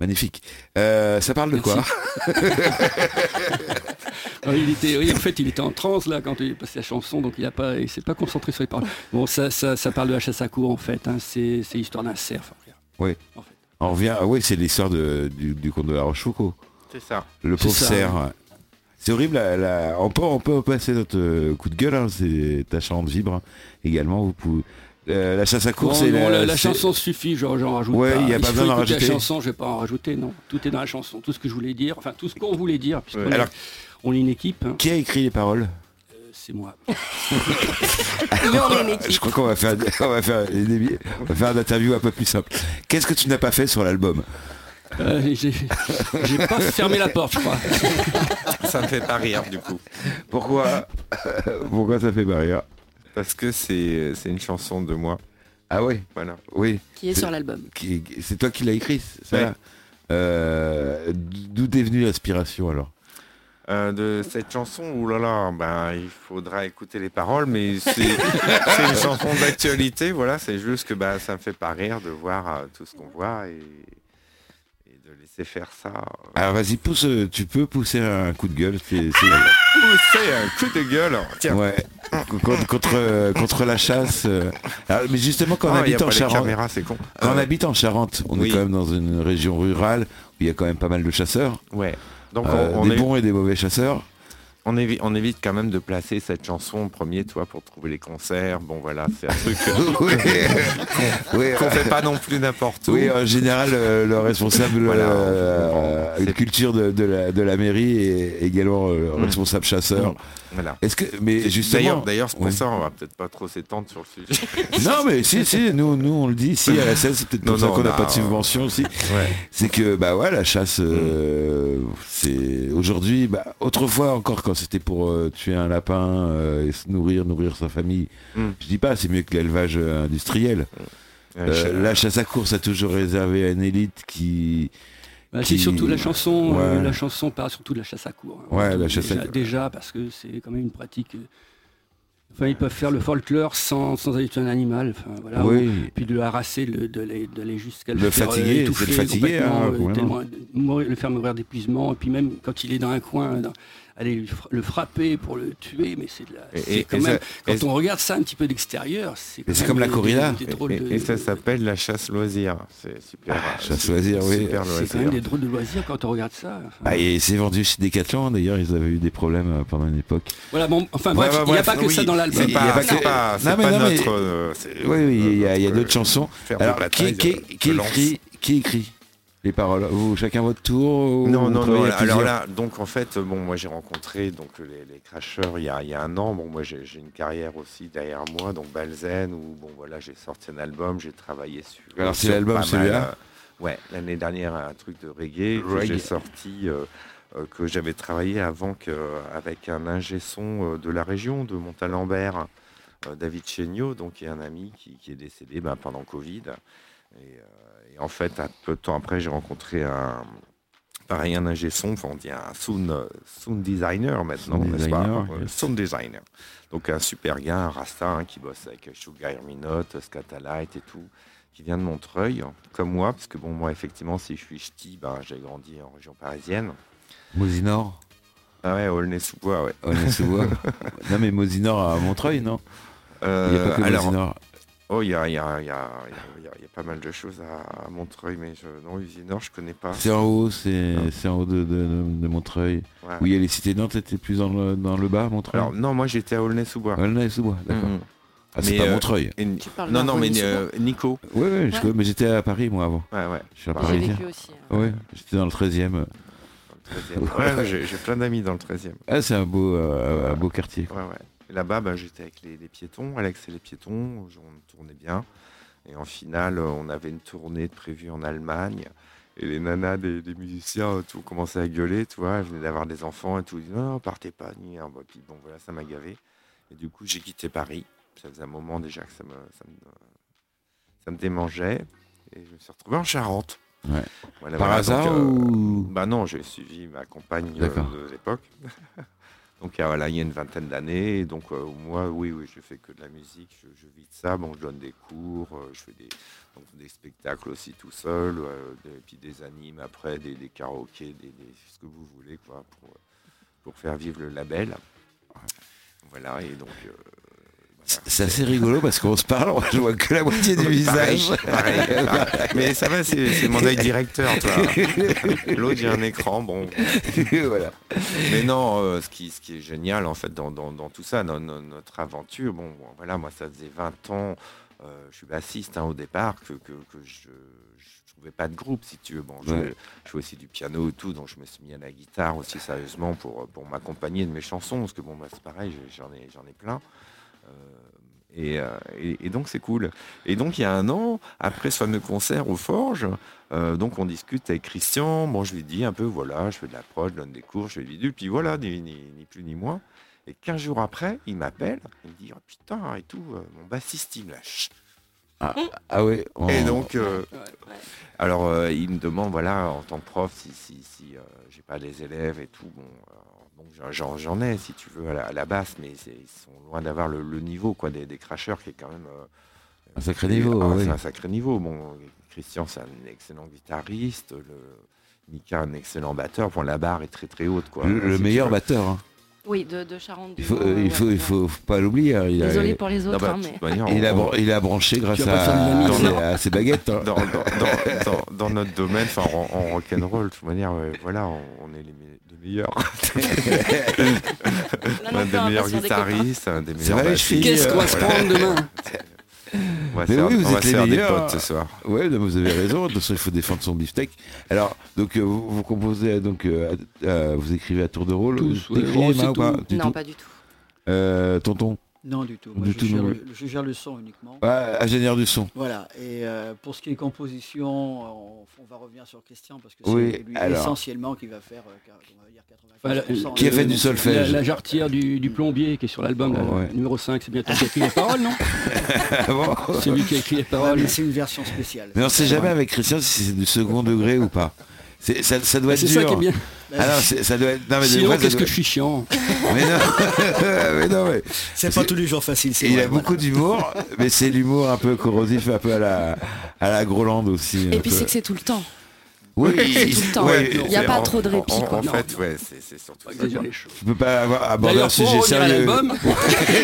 Magnifique. Euh, ça parle de quoi oh.
Ah oui, il était, oui, en fait, il était en transe là quand il passait la chanson, donc il a pas, il s'est pas concentré sur les paroles. Bon, ça, ça, ça parle de la chasse à cour en fait. hein, c'est, c'est l'histoire d'un cerf. en fait.
On revient. Ah oui, c'est l'histoire de- du, du conte de la Rochefoucauld.
C'est ça.
Le pauvre
ça. hein.
cerf. ouais. C'est horrible. la- la- On, peut, on peut passer notre euh, coup de gueule. hein, c'est ta chante vibre hein. également. Vous pouvez. Euh, la chasse à
Bon,
course, c'est
bon, Oh la, la
c'est-
chanson suffit, genre, j'en rajoute
Ouais,
pas.
il y a pas
faut
besoin d'en
écouter
rajouter.
La chanson, je vais pas en rajouter, non. Tout est dans la chanson, tout ce que je voulais dire, enfin tout ce qu'on voulait dire, puisqu'on
Ouais.
est-
Alors-
on est une équipe. hein.
Qui a écrit les paroles
Euh, c'est moi.
Mais on est une équipe.
Je crois qu'on va faire, on va faire, une émi- on va faire une interview un peu plus simple. Qu'est-ce que tu n'as pas fait sur l'album
Euh, J'ai j'ai pas fermé la porte, je crois.
Ça me fait pas rire du coup.
Pourquoi Pourquoi ça fait hein pas rire
Parce que c'est c'est une chanson de moi.
Ah oui,
Voilà.
oui.
Qui est sur l'album.
Qui- qui- C'est toi qui l'as écrit, ça
Ouais.
là Euh, D'où t'es venue l'inspiration alors
Euh, de cette chanson, oulala, ben, il faudra écouter les paroles, mais c'est c'est une chanson d'actualité, voilà, c'est juste que ben, ça me fait pas rire de voir euh, tout ce qu'on voit et, et de laisser faire ça.
Alors vas-y, pousse, euh, tu peux pousser un coup de gueule. c'est- c'est-
Ah, Pousser un coup de gueule, tiens,
Ouais. Contre, contre, euh, contre la chasse. euh. Alors, mais justement, quand on
Ah, y a
habite
pas
en
les
Charente,
caméras, c'est con.
quand on
Euh,
habite en Charente, on est
oui.
quand même dans une région rurale où il y a quand même pas mal de chasseurs,
Ouais. Donc
euh,
on, on
des
est-
bons et des mauvais chasseurs.
on évi- on évite quand même de placer cette chanson en premier, tu vois, pour trouver les concerts. Bon voilà, c'est un truc euh,
oui, oui,
qu'on fait pas non plus n'importe où.
Oui, en général, euh, le responsable
Voilà,
euh,
on- on-
euh, culture de, de la, de la mairie est également euh,
Mm.
responsable chasseur.
Voilà.
Est-ce que, mais
D'ailleurs,
justement,
d'ailleurs, c'est pour
Ouais.
ça, on va peut-être pas trop s'étendre sur le sujet.
non, mais si, si, nous, nous, on le dit, si à la scène, c'est peut-être
Non,
pour ça
non,
qu'on n'a
on a-
pas de subvention aussi.
Ouais. Mm.
C'est que, bah ouais, la chasse, euh, c'est aujourd'hui, bah, autrefois encore, quand c'était pour euh, tuer un lapin euh, et se nourrir, nourrir sa famille,
Mm.
je dis pas, c'est mieux que l'élevage euh, industriel.
Euh,
Euh,
je-
la chasse à course a toujours réservé à une élite qui.
Bah,
qui-
C'est surtout la chanson, euh,
Ouais.
la chanson parle surtout de la chasse à cours. hein.
Ouais,
Surtout
la chasse à
déjà,
courre.
Déjà, parce que c'est quand même une pratique. euh, Enfin, ils peuvent faire le folklore sans, sans aller tuer un animal. Enfin,
Ah
voilà,
oui.
ou- puis de le harasser, le- de l'aller de l'aller jusqu'à
Le
faire, euh,
fatiguer,
étouffer
c'est le fatiguer, hein,
complètement, euh,
complètement.
tellement- de- mourir- le faire mourir d'épuisement. Et puis même quand il est dans un coin, dans- aller lui fra- le frapper pour le tuer. Mais c'est de la.
Et-
c'est
et-
quand
et
même-
ça- et-
quand on regarde ça un petit peu d'extérieur, c'est.
c'est
même
comme la
des-
corrida.
des- des drôles
et,
de-
et ça s'appelle la chasse loisir. C'est super. euh,
chasse
c'est-
loisir, oui.
Super
C'est quand
loisir.
même des drôles de loisirs quand on regarde ça. enfin.
Ah, et c'est vendu chez Decathlon, d'ailleurs, ils avaient eu des problèmes euh, pendant une époque.
Voilà, bon, enfin
Ouais,
bref,
ouais,
il n'y a
bref,
pas que
oui,
ça dans l'album.
c'est
C'est
Il y a pas
pas,
que-
c'est pas,
Non,
c'est
mais
pas
non, mais-
notre. euh, c'est-
Oui, oui, il y a, il y a
notre,
d'autres
euh,
chansons.
faire de
Alors,
bataille,
qui, qui-
euh,
qui
de lance.
écrit, qui écrit les paroles Vous, chacun votre tour ou
Non,
vous
non, non.
travaillez à
Alors
plusieurs
là, donc en fait, bon, moi j'ai rencontré donc les, les crasheurs il y a, il y a un an. Bon, moi j'ai j'ai une carrière aussi derrière moi, donc Balzen où bon voilà, j'ai sorti un album, j'ai travaillé sur.
Alors, c'est
sur
l'album,
pas mal,
celui-là
euh, Ouais, l'année dernière un truc de reggae que
Reggae.
j'ai sorti. euh, euh, que j'avais travaillé avant que, euh, avec un ingé son euh, de la région, de Montalembert, euh, David Chéniaud, donc qui est un ami qui, qui est décédé ben, pendant Covid. Et, euh, et en fait, un peu de temps après, j'ai rencontré un, pareil, un ingé son, enfin, on dit un sound, euh, sound designer maintenant,
Sound
n'est-ce pas
designer,
Euh,
yes.
Sound designer. Donc un super gars, un Rasta, hein, qui bosse avec Sugar Minote, Scatalite et tout, qui vient de Montreuil, comme moi, parce que bon, moi, effectivement, si je suis ch'ti, ben, j'ai grandi en région parisienne.
Mosinor
Ah ouais, Aulnay-sous-Bois, ouais.
Aulnay-sous-Bois. Non, mais Mosinor à Montreuil, non Il n'y a
Euh,
pas que
alors,
Mosinor.
oh, il y a, il y, a, il y, a, il y a- il y a pas mal de choses à, à Montreuil, mais je, non, Usinor, je connais pas.
C'est en haut, c'est
Non.
c'est en haut de, de- de- de Montreuil.
Ouais.
Oui, il y a les cités de Nantes, t'étais plus dans le, dans le bas, Montreuil
Ah. Alors, non, moi, j'étais à Aulnay-sous-Bois.
Aulnay-sous-Bois, d'accord.
Mhm.
Ah, c'est
Mais,
pas
euh,
Montreuil.
Et-
Tu parles
Non,
d'un
non, mais
René
euh, Nico.
Oui, oui, je-
Ouais.
mais j'étais à Paris, moi, avant.
Ouais, ouais.
Je suis à
J'ai
J'ai
Paris.
vécu aussi. hein.
Oui, j'étais dans le 13e.
dans le 13e. Ouais, ouais, j'ai j'ai plein d'amis dans le 13e.
Ah, c'est un beau, euh, un beau quartier.
Ouais, ouais. Et Là-bas, bah, j'étais avec les, les piétons, Alex et les piétons, je- on tournait bien. Et en finale, euh, on avait une tournée de prévue en Allemagne. Et les nanas des, des musiciens, euh, tout commençait à gueuler, tu vois. Elles venaient d'avoir des enfants et tout. Ils disaient, non, non, partez pas, ni un. Bah, puis bon, voilà, ça m'a gavé. Et du coup, j'ai quitté Paris. Ça faisait un moment déjà que ça me, ça me, ça me démangeait. Et je me suis retrouvé en Charente.
Ouais.
Voilà,
Par
voilà,
hasard
donc, euh,
ou...
Bah non, j'ai suivi ma compagne euh,
D'accord.
de l'époque. donc euh, voilà, il y a une vingtaine d'années. Et Donc euh, moi, oui, oui, je fais que de la musique, je, je vis de ça. Bon, je donne des cours, euh, je fais des, donc, des spectacles aussi tout seul, euh, des- puis des animes après, des, des karaokés, des, des- ce que vous voulez, quoi, pour, euh, pour faire vivre le label. Voilà, et donc... euh,
C'est c'est assez rigolo parce qu'on se parle, on- je vois que la moitié du visage.
Pareil, pareil. Mais ça va, c'est c'est mon œil directeur, toi. L'autre, j'ai un écran, bon.
voilà.
Mais non, euh, ce, qui, ce qui est génial, en fait, dans, dans- dans tout ça, dans, no- notre aventure, bon, voilà, moi, ça faisait 20 ans, euh, je suis bassiste hein, au départ, que, que- que je, je trouvais pas de groupe, si tu veux. Bon, je,
Ouais.
je jouais aussi du piano et tout, donc je me suis mis à la guitare aussi sérieusement pour, pour m'accompagner de mes chansons, parce que bon, bah, c'est pareil, j'ai- j'en ai, j'en ai plein. Euh, et, euh, et- et donc c'est cool. Et donc il y a un an, après ce fameux concert aux Forges, euh, donc on discute avec Christian. Bon, je lui dis un peu, voilà, je fais de la prod, je donne des cours, je fais du bidule, puis voilà, ni, ni- ni plus ni moins. Et 15 jours après, il m'appelle, il me dit, oh, putain, et tout, euh, mon bassiste, il me lâche.
Ah ouais. on-
Et donc, euh,
Ouais.
alors euh, il me demande, voilà, en tant que prof, si, si, si euh, j'ai pas des élèves et tout, bon, alors, donc j'en- j'en, j'en ai, si tu veux, à la, à la basse, mais c'est- ils sont loin d'avoir le, le niveau, quoi, des, des crashers qui est quand même... euh,
Un sacré niveau,
ah,
oui.
C'est un sacré niveau. Bon, Christian, c'est un excellent guitariste. Le... Mika, un excellent batteur. Bon, la barre est très très haute. Quoi.
Le,
Si
le
tu
meilleur
veux.
batteur. hein.
Oui, de, de Charente.
Il faut, euh, il faut, il faut faut pas l'oublier. hein. Il a,
Désolé pour les
Non,
autres,
bah,
hein,
de
mais
toute manière,
il a,
on-
bran- il a branché grâce
vas pas faire
à,
de la
à
mise.
ses, à ses baguettes. hein.
dans, dans, dans, dans- dans notre domaine, enfin en, en rock'n'roll, de toute manière, ouais, voilà, on, on est les, me- les meilleurs.
Là, non
un
plus,
des
on va
meilleurs
pas sur des
guitaristes, un des meilleurs
vrai, je
bassistes.
Qu'est-ce qu'on va se
euh,
Voilà.
prendre demain
On va
Mais
se faire,
oui, vous
on va
êtes
se
les
faire des
meilleurs.
potes ce soir.
Ouais, non, vous avez raison. De toute façon, il faut défendre son beefsteak. Alors, donc, euh, vous, vous composez, donc, euh, à- à- vous écrivez à tour de rôle.
Tous,
Vous écrivez,
ouais, on sait
Emma, ou
tout.
pas
copains.
Du
Non,
tout
pas du tout.
Euh, tonton,
Non, du tout. Moi,
Du
je,
tout,
gère
non,
le, je gère le son uniquement.
Ah, ingénieur du son.
Voilà. Et euh, pour ce qui est composition, on, on va revenir sur Christian parce que c'est
Oui,
lui
alors.
essentiellement qui va faire euh, car- on va dire 95%.
Voilà, euh,
Qui a fait
de-
du solfège. Ah
La, la jarretière du, du plombier qui est sur l'album, là,
Ouais.
numéro 5, c'est bien toi qui as écrit les paroles, non
Ah bon Ah,
C'est lui qui a écrit les
Ouais,
paroles.
mais c'est une version spéciale.
Mais on sait jamais avec Christian si c'est du second degré ou pas. C'est- Ça, ça doit être
C'est
dur.
ça qui est bien.
Bah,
Ah non, c'est- ça doit être. Non, mais de
Sinon,
vrai, ça
qu'est-ce
doit-
que je suis chiant
Mais non, mais non, mais.
c'est pas tous les jours facile. c'est
Il
vrai,
a
voilà.
beaucoup d'humour, mais c'est l'humour un peu corrosif, un peu à la, à la Groland aussi. un
Et puis
peu.
c'est que c'est tout le temps.
Oui,
c'est tout le temps.
ouais,
Il n'y a
c'est-
pas
en-
trop de
en-
répit.
En,
quoi.
en fait, ouais, c'est c'est surtout ça. quoi.
tu peux pas avoir, aborder un
D'ailleurs, pour en
sujet
revenir à
ben, sérieux.
l'album,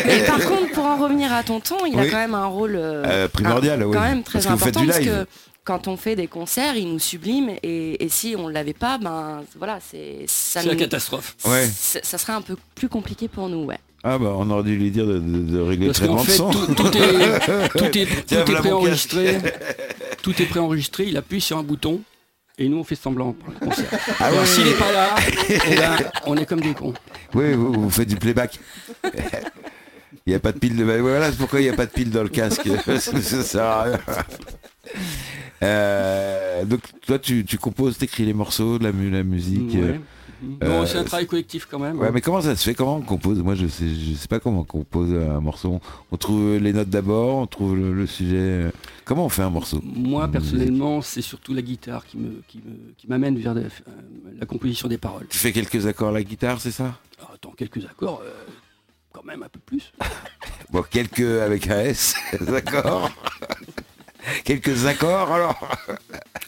Mais par contre, pour en revenir à Tonton, il a
Oui.
quand même un rôle euh,
Euh, primordial,
un-
oui.
quand même très
Parce que vous
important
faites du
parce
live.
que quand on fait des concerts, il nous sublime et, et si on l'avait pas, ben voilà, c'est ça
c'est la
nous-
catastrophe.
Ouais.
c'est- ça serait un peu plus compliqué pour nous, ouais.
Ah bah on aurait dû lui dire de, de- de régler
Parce
très
qu'en
bien le
fait,
son.
tout, tout est, tout est, tout
Tiens,
est
voilà mon
préenregistré. Tout est préenregistré. Il appuie sur un bouton et nous, on fait semblant pour le concert.
Ah
Alors,
ouais.
s'il n'est pas là, eh ben, on est comme des cons.
Oui, vous, vous faites du playback. Il n'y a pas de pile de. bah, Voilà c'est pourquoi il n'y a pas de pile dans le casque. Ça sert à rien. Euh, donc toi tu, tu composes, t'écris les morceaux, de la, mu- la musique. euh,
Ouais. Bon, c'est un travail collectif quand même.
Ouais, mais comment ça se fait Comment on compose Moi, je sais, je sais pas comment on compose un morceau. On trouve les notes d'abord, on trouve le, le sujet. euh, Comment on fait un morceau
Moi, personnellement, c'est surtout la guitare qui me qui me- qui m'amène vers la, euh, la composition des paroles.
Tu fais quelques accords à la guitare, c'est ça
Alors, attends, quelques accords, euh, quand même un peu plus.
Bon, quelques avec un S, d'accord Quelques accords alors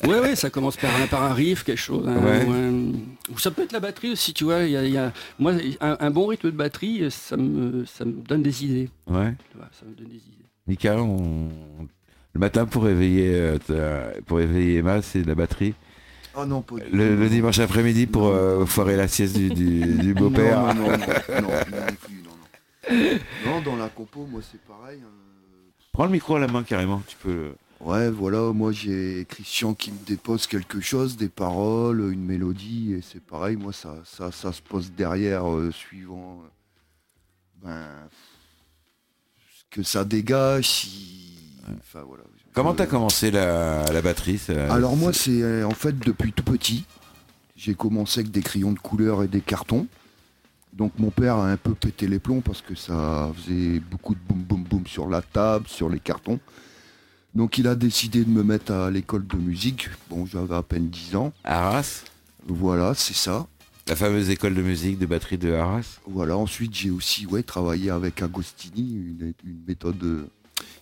Ouais, ouais, ça commence par un, par un riff, quelque chose. un-
Ouais.
ou un- ou ça peut être la batterie aussi, tu vois. il y a- il y a- moi, un, un bon rythme de batterie, ça me, ça me donne des idées.
Ouais.
tu vois, ça me donne des idées.
Mika, on- le matin pour éveiller, euh, ta- pour éveiller Emma, c'est de la batterie.
Oh non, pas du tout.
Le, le dimanche après-midi pour euh, foirer la sieste du, du- du
Non,
beau-père.
Non, non, non, non, non, non plus, non, non. Non, dans la compo, moi c'est pareil. euh,
Prends le micro à la main carrément, tu peux. le-
Ouais, voilà, moi j'ai Christian qui me dépose quelque chose, des paroles, une mélodie, et c'est pareil, moi ça, ça, ça se pose derrière, euh, suivant euh, ben, ce que ça dégage, si... Enfin voilà.
Comment
Je-
t'as commencé la, la batterie ça-
Alors moi c'est euh, en fait depuis tout petit, j'ai commencé avec des crayons de couleur et des cartons. Donc mon père a un peu pété les plombs parce que ça faisait beaucoup de boum boum boum sur la table, sur les cartons. Donc il a décidé de me mettre à l'école de musique. Bon, j'avais à peine 10 ans.
Arras
Voilà, c'est ça.
La fameuse école de musique de batterie de Arras
Voilà, ensuite j'ai aussi ouais, travaillé avec Agostini, une, une méthode euh,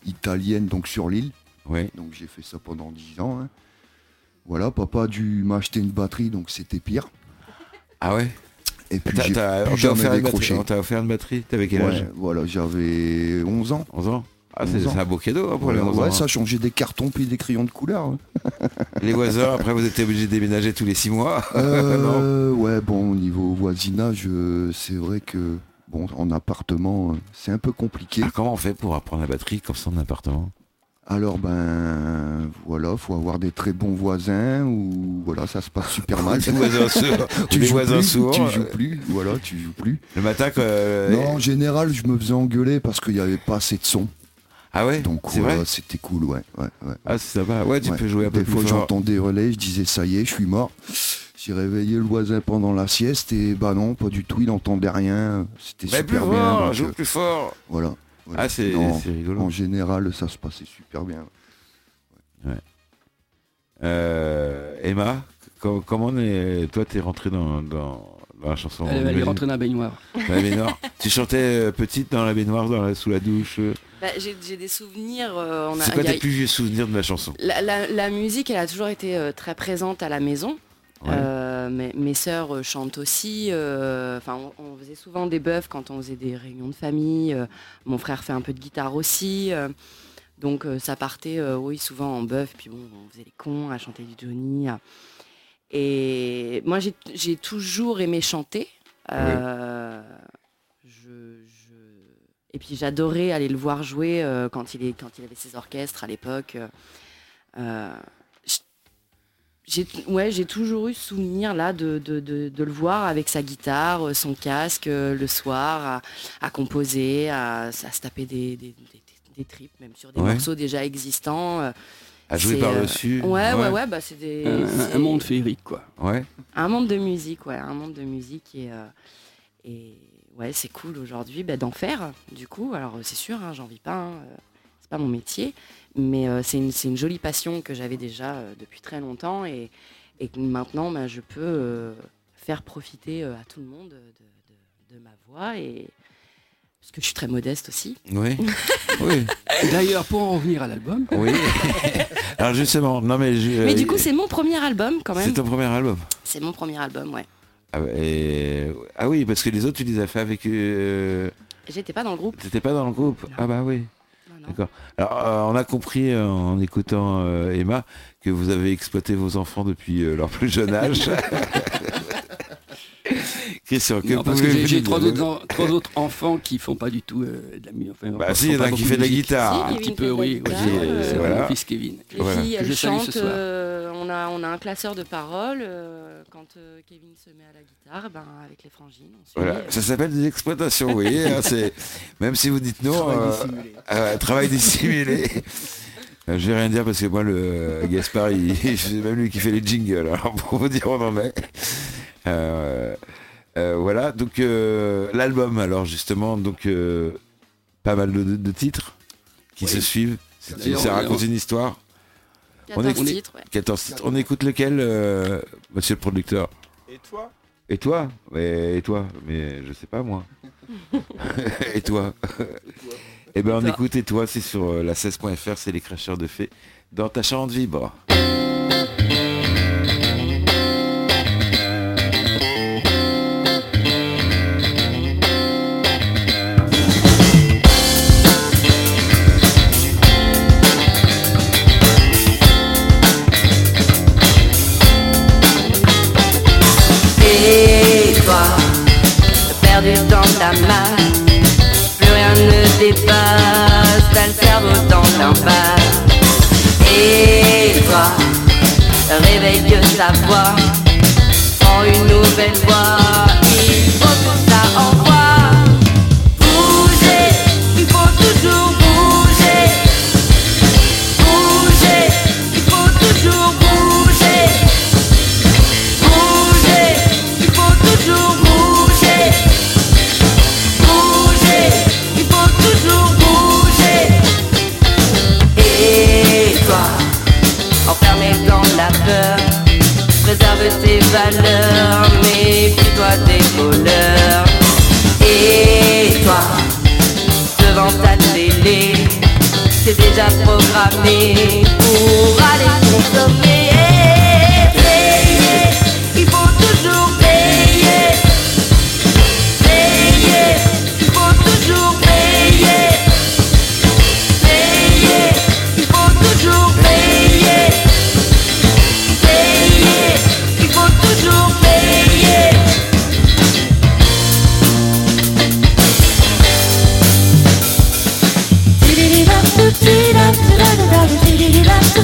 italienne donc sur l'île.
Oui.
Donc j'ai fait ça pendant 10 ans. hein. Voilà, papa a dû m'acheter une batterie, donc c'était pire.
Ah ouais
Et puis
T'as-
j'ai
t'as-
plus
On t'a
jamais
offert, une batterie-
décroché.
on t'a offert une batterie T'avais quel
Ouais,
âge
voilà, j'avais 11 ans.
11 ans ah,
11
c'est
ans.
c'est un beau cadeau hein, pour
Voilà,
les 11
ouais,
ans.
ça changeait des cartons puis des crayons de couleur. hein.
Les voisins, après vous étiez obligés de déménager tous les 6 mois.
Euh, ouais, bon, au niveau voisinage, euh, c'est vrai que bon, en appartement, euh, c'est un peu compliqué.
Ah, comment on fait pour apprendre la batterie comme ça en appartement
Alors ben voilà, faut avoir des très bons voisins ou voilà, ça se passe super mal.
Des voisins sourds. Des
joues
voisins
plus,
sourds. euh,
tu joues plus, voilà, tu joues plus.
Le matin, quand, euh,
Non, en général, je me faisais engueuler parce qu'il n'y avait pas assez de son.
Ah ouais
Donc
C'est
voilà,
vrai
c'était cool, ouais. ouais, ouais.
Ah, ça va. Ouais, tu
Ouais.
peux jouer un peu
Des
plus
fois,
fort.
j'entendais relais, je disais ça y est, je suis mort. J'ai réveillé le voisin pendant la sieste et bah non, pas du tout, il n'entendait rien. C'était
Mais plus
super bien.
fort,
donc,
joue
euh,
plus fort.
voilà. voilà.
Ah, c'est
Non,
c'est rigolo.
En général, ça se passait super bien.
Euh, Emma, com- comment on est... toi t'es rentrée dans, dans, dans la chanson
Elle, elle est
j'imagine.
rentrée dans la baignoire.
Dans la baignoire. tu chantais euh, petite dans la baignoire, dans la- sous la douche. euh.
Bah, J'ai j'ai des souvenirs. euh, on a-
C'est quoi
il y a-
tes plus vieux souvenirs de la chanson
la, la- la musique, elle a toujours été euh, très présente à la maison.
Ouais.
Euh, mes, mes sœurs euh, chantent aussi. euh, Enfin, on, on faisait souvent des bœufs quand on faisait des réunions de famille. euh, mon frère fait un peu de guitare aussi. euh, donc euh, ça partait, euh, oui, souvent en bœuf. Puis bon, on faisait les cons à chanter du Johnny. à- Et moi, j'ai j'ai toujours aimé chanter. Euh, je- je- Et puis j'adorais aller le voir jouer euh, quand, il est, quand il avait ses orchestres à l'époque. euh, euh, j'ai ouais, j'ai toujours eu ce souvenir là de, de, de, de le voir avec sa guitare, euh, son casque euh, le soir, à, à composer, à, à se taper des, des, des- des tripes, même sur des
Ouais.
morceaux déjà existants. euh.
À jouer
c'est,
par-dessus
Ouais, ouais, ouais, bah c'est des.
Un- Un,
c'est-
un monde féerique, quoi.
Ouais.
un monde de musique, ouais, un monde de musique et, euh, et ouais, c'est cool aujourd'hui bah, d'en faire. Du coup, alors euh, c'est sûr, hein, j'en vis pas, hein, euh, c'est pas mon métier, mais euh, c'est une, c'est une jolie passion que j'avais déjà euh, depuis très longtemps et, et que maintenant bah, je peux euh, faire profiter euh, à tout le monde de, de- de ma voix et parce que je suis très modeste aussi.
Oui. oui.
D'ailleurs, pour en revenir à l'album,
Oui. Alors justement, non mais. je-
Mais du
euh,
coup, c'est mon premier album quand
C'est
même.
ton premier album.
C'est mon premier album, ouais.
Ah, et- ah oui, parce que les autres, tu les as fait avec. euh,
J'étais pas dans le groupe.
T'étais pas dans le groupe.
Non.
Ah bah oui.
non, non.
D'accord. Alors, euh, on a compris euh, en écoutant euh, Emma que vous avez exploité vos enfants depuis euh, leur plus jeune âge. Christian, que
Non, parce que
pouvez-vous
j'ai- j'ai
nous
trois
dire
autres, en- trois autres enfants qui font pas du tout euh, de la musique. Enfin,
Bah
font
si, il y en
pas
a qui
beaucoup
fait de la
musique.
guitare.
Si,
Un petit
Kevin
peu,
fait de la
oui.
guitare,
J'ai-
euh,
C'est
voilà.
mon fils Kevin.
Les
Voilà.
filles,
Que
elles
je salue ce
chantent.
soir.
euh, on, a, on a un classeur de paroles. euh, quand euh, Kevin se met à la guitare, ben, avec les frangines, on se
Voilà,
met, euh,
ça s'appelle des exploitations, vous voyez. hein, c'est- Même si vous dites non,
Travail
euh,
dissimulé.
euh, travail dissimulé. Euh, Je vais rien dire parce que moi, le euh, Gaspard, il- c'est même lui qui fait les jingles. Alors, pour vous dire, on en est. Euh, euh, voilà, donc euh, l'album, alors justement, donc euh, pas mal de, de- de titres qui se suivent. C'est-
D'ailleurs,
Ça
on-
raconte une histoire.
14
on est-
on est-
titres. ouais.
14 titres. On écoute lequel, euh, monsieur le producteur
Et toi
et toi Mais- Et toi Mais je sais pas moi. et toi Eh ben on
toi
écoute et toi, c'est sur euh, la 16.fr, c'est les cracheurs de fées dans ta chambre vibre.
Et toi, perdu dans ta main, plus rien ne dépasse, t'as le cerveau dans l'impasse. Et toi, réveille de ta voix, prends une nouvelle voix, il faut que ça envoie. Bouger, il faut toujours bouger. Bouger, il faut toujours bouger. Bouger, il faut toujours bouger. Bouger, il faut toujours bouger. Et toi, enfermé dans la peur, préserve tes valeurs, méfie-toi des voleurs. Et toi, devant ta télé, t'es déjà programmé pour aller consommer. Payer, il faut toujours payer. Payer, il faut toujours payer. Payer, il faut toujours payer. Payer, il faut toujours payer. Di-di-di-da, do-di-da, da-da-da-da.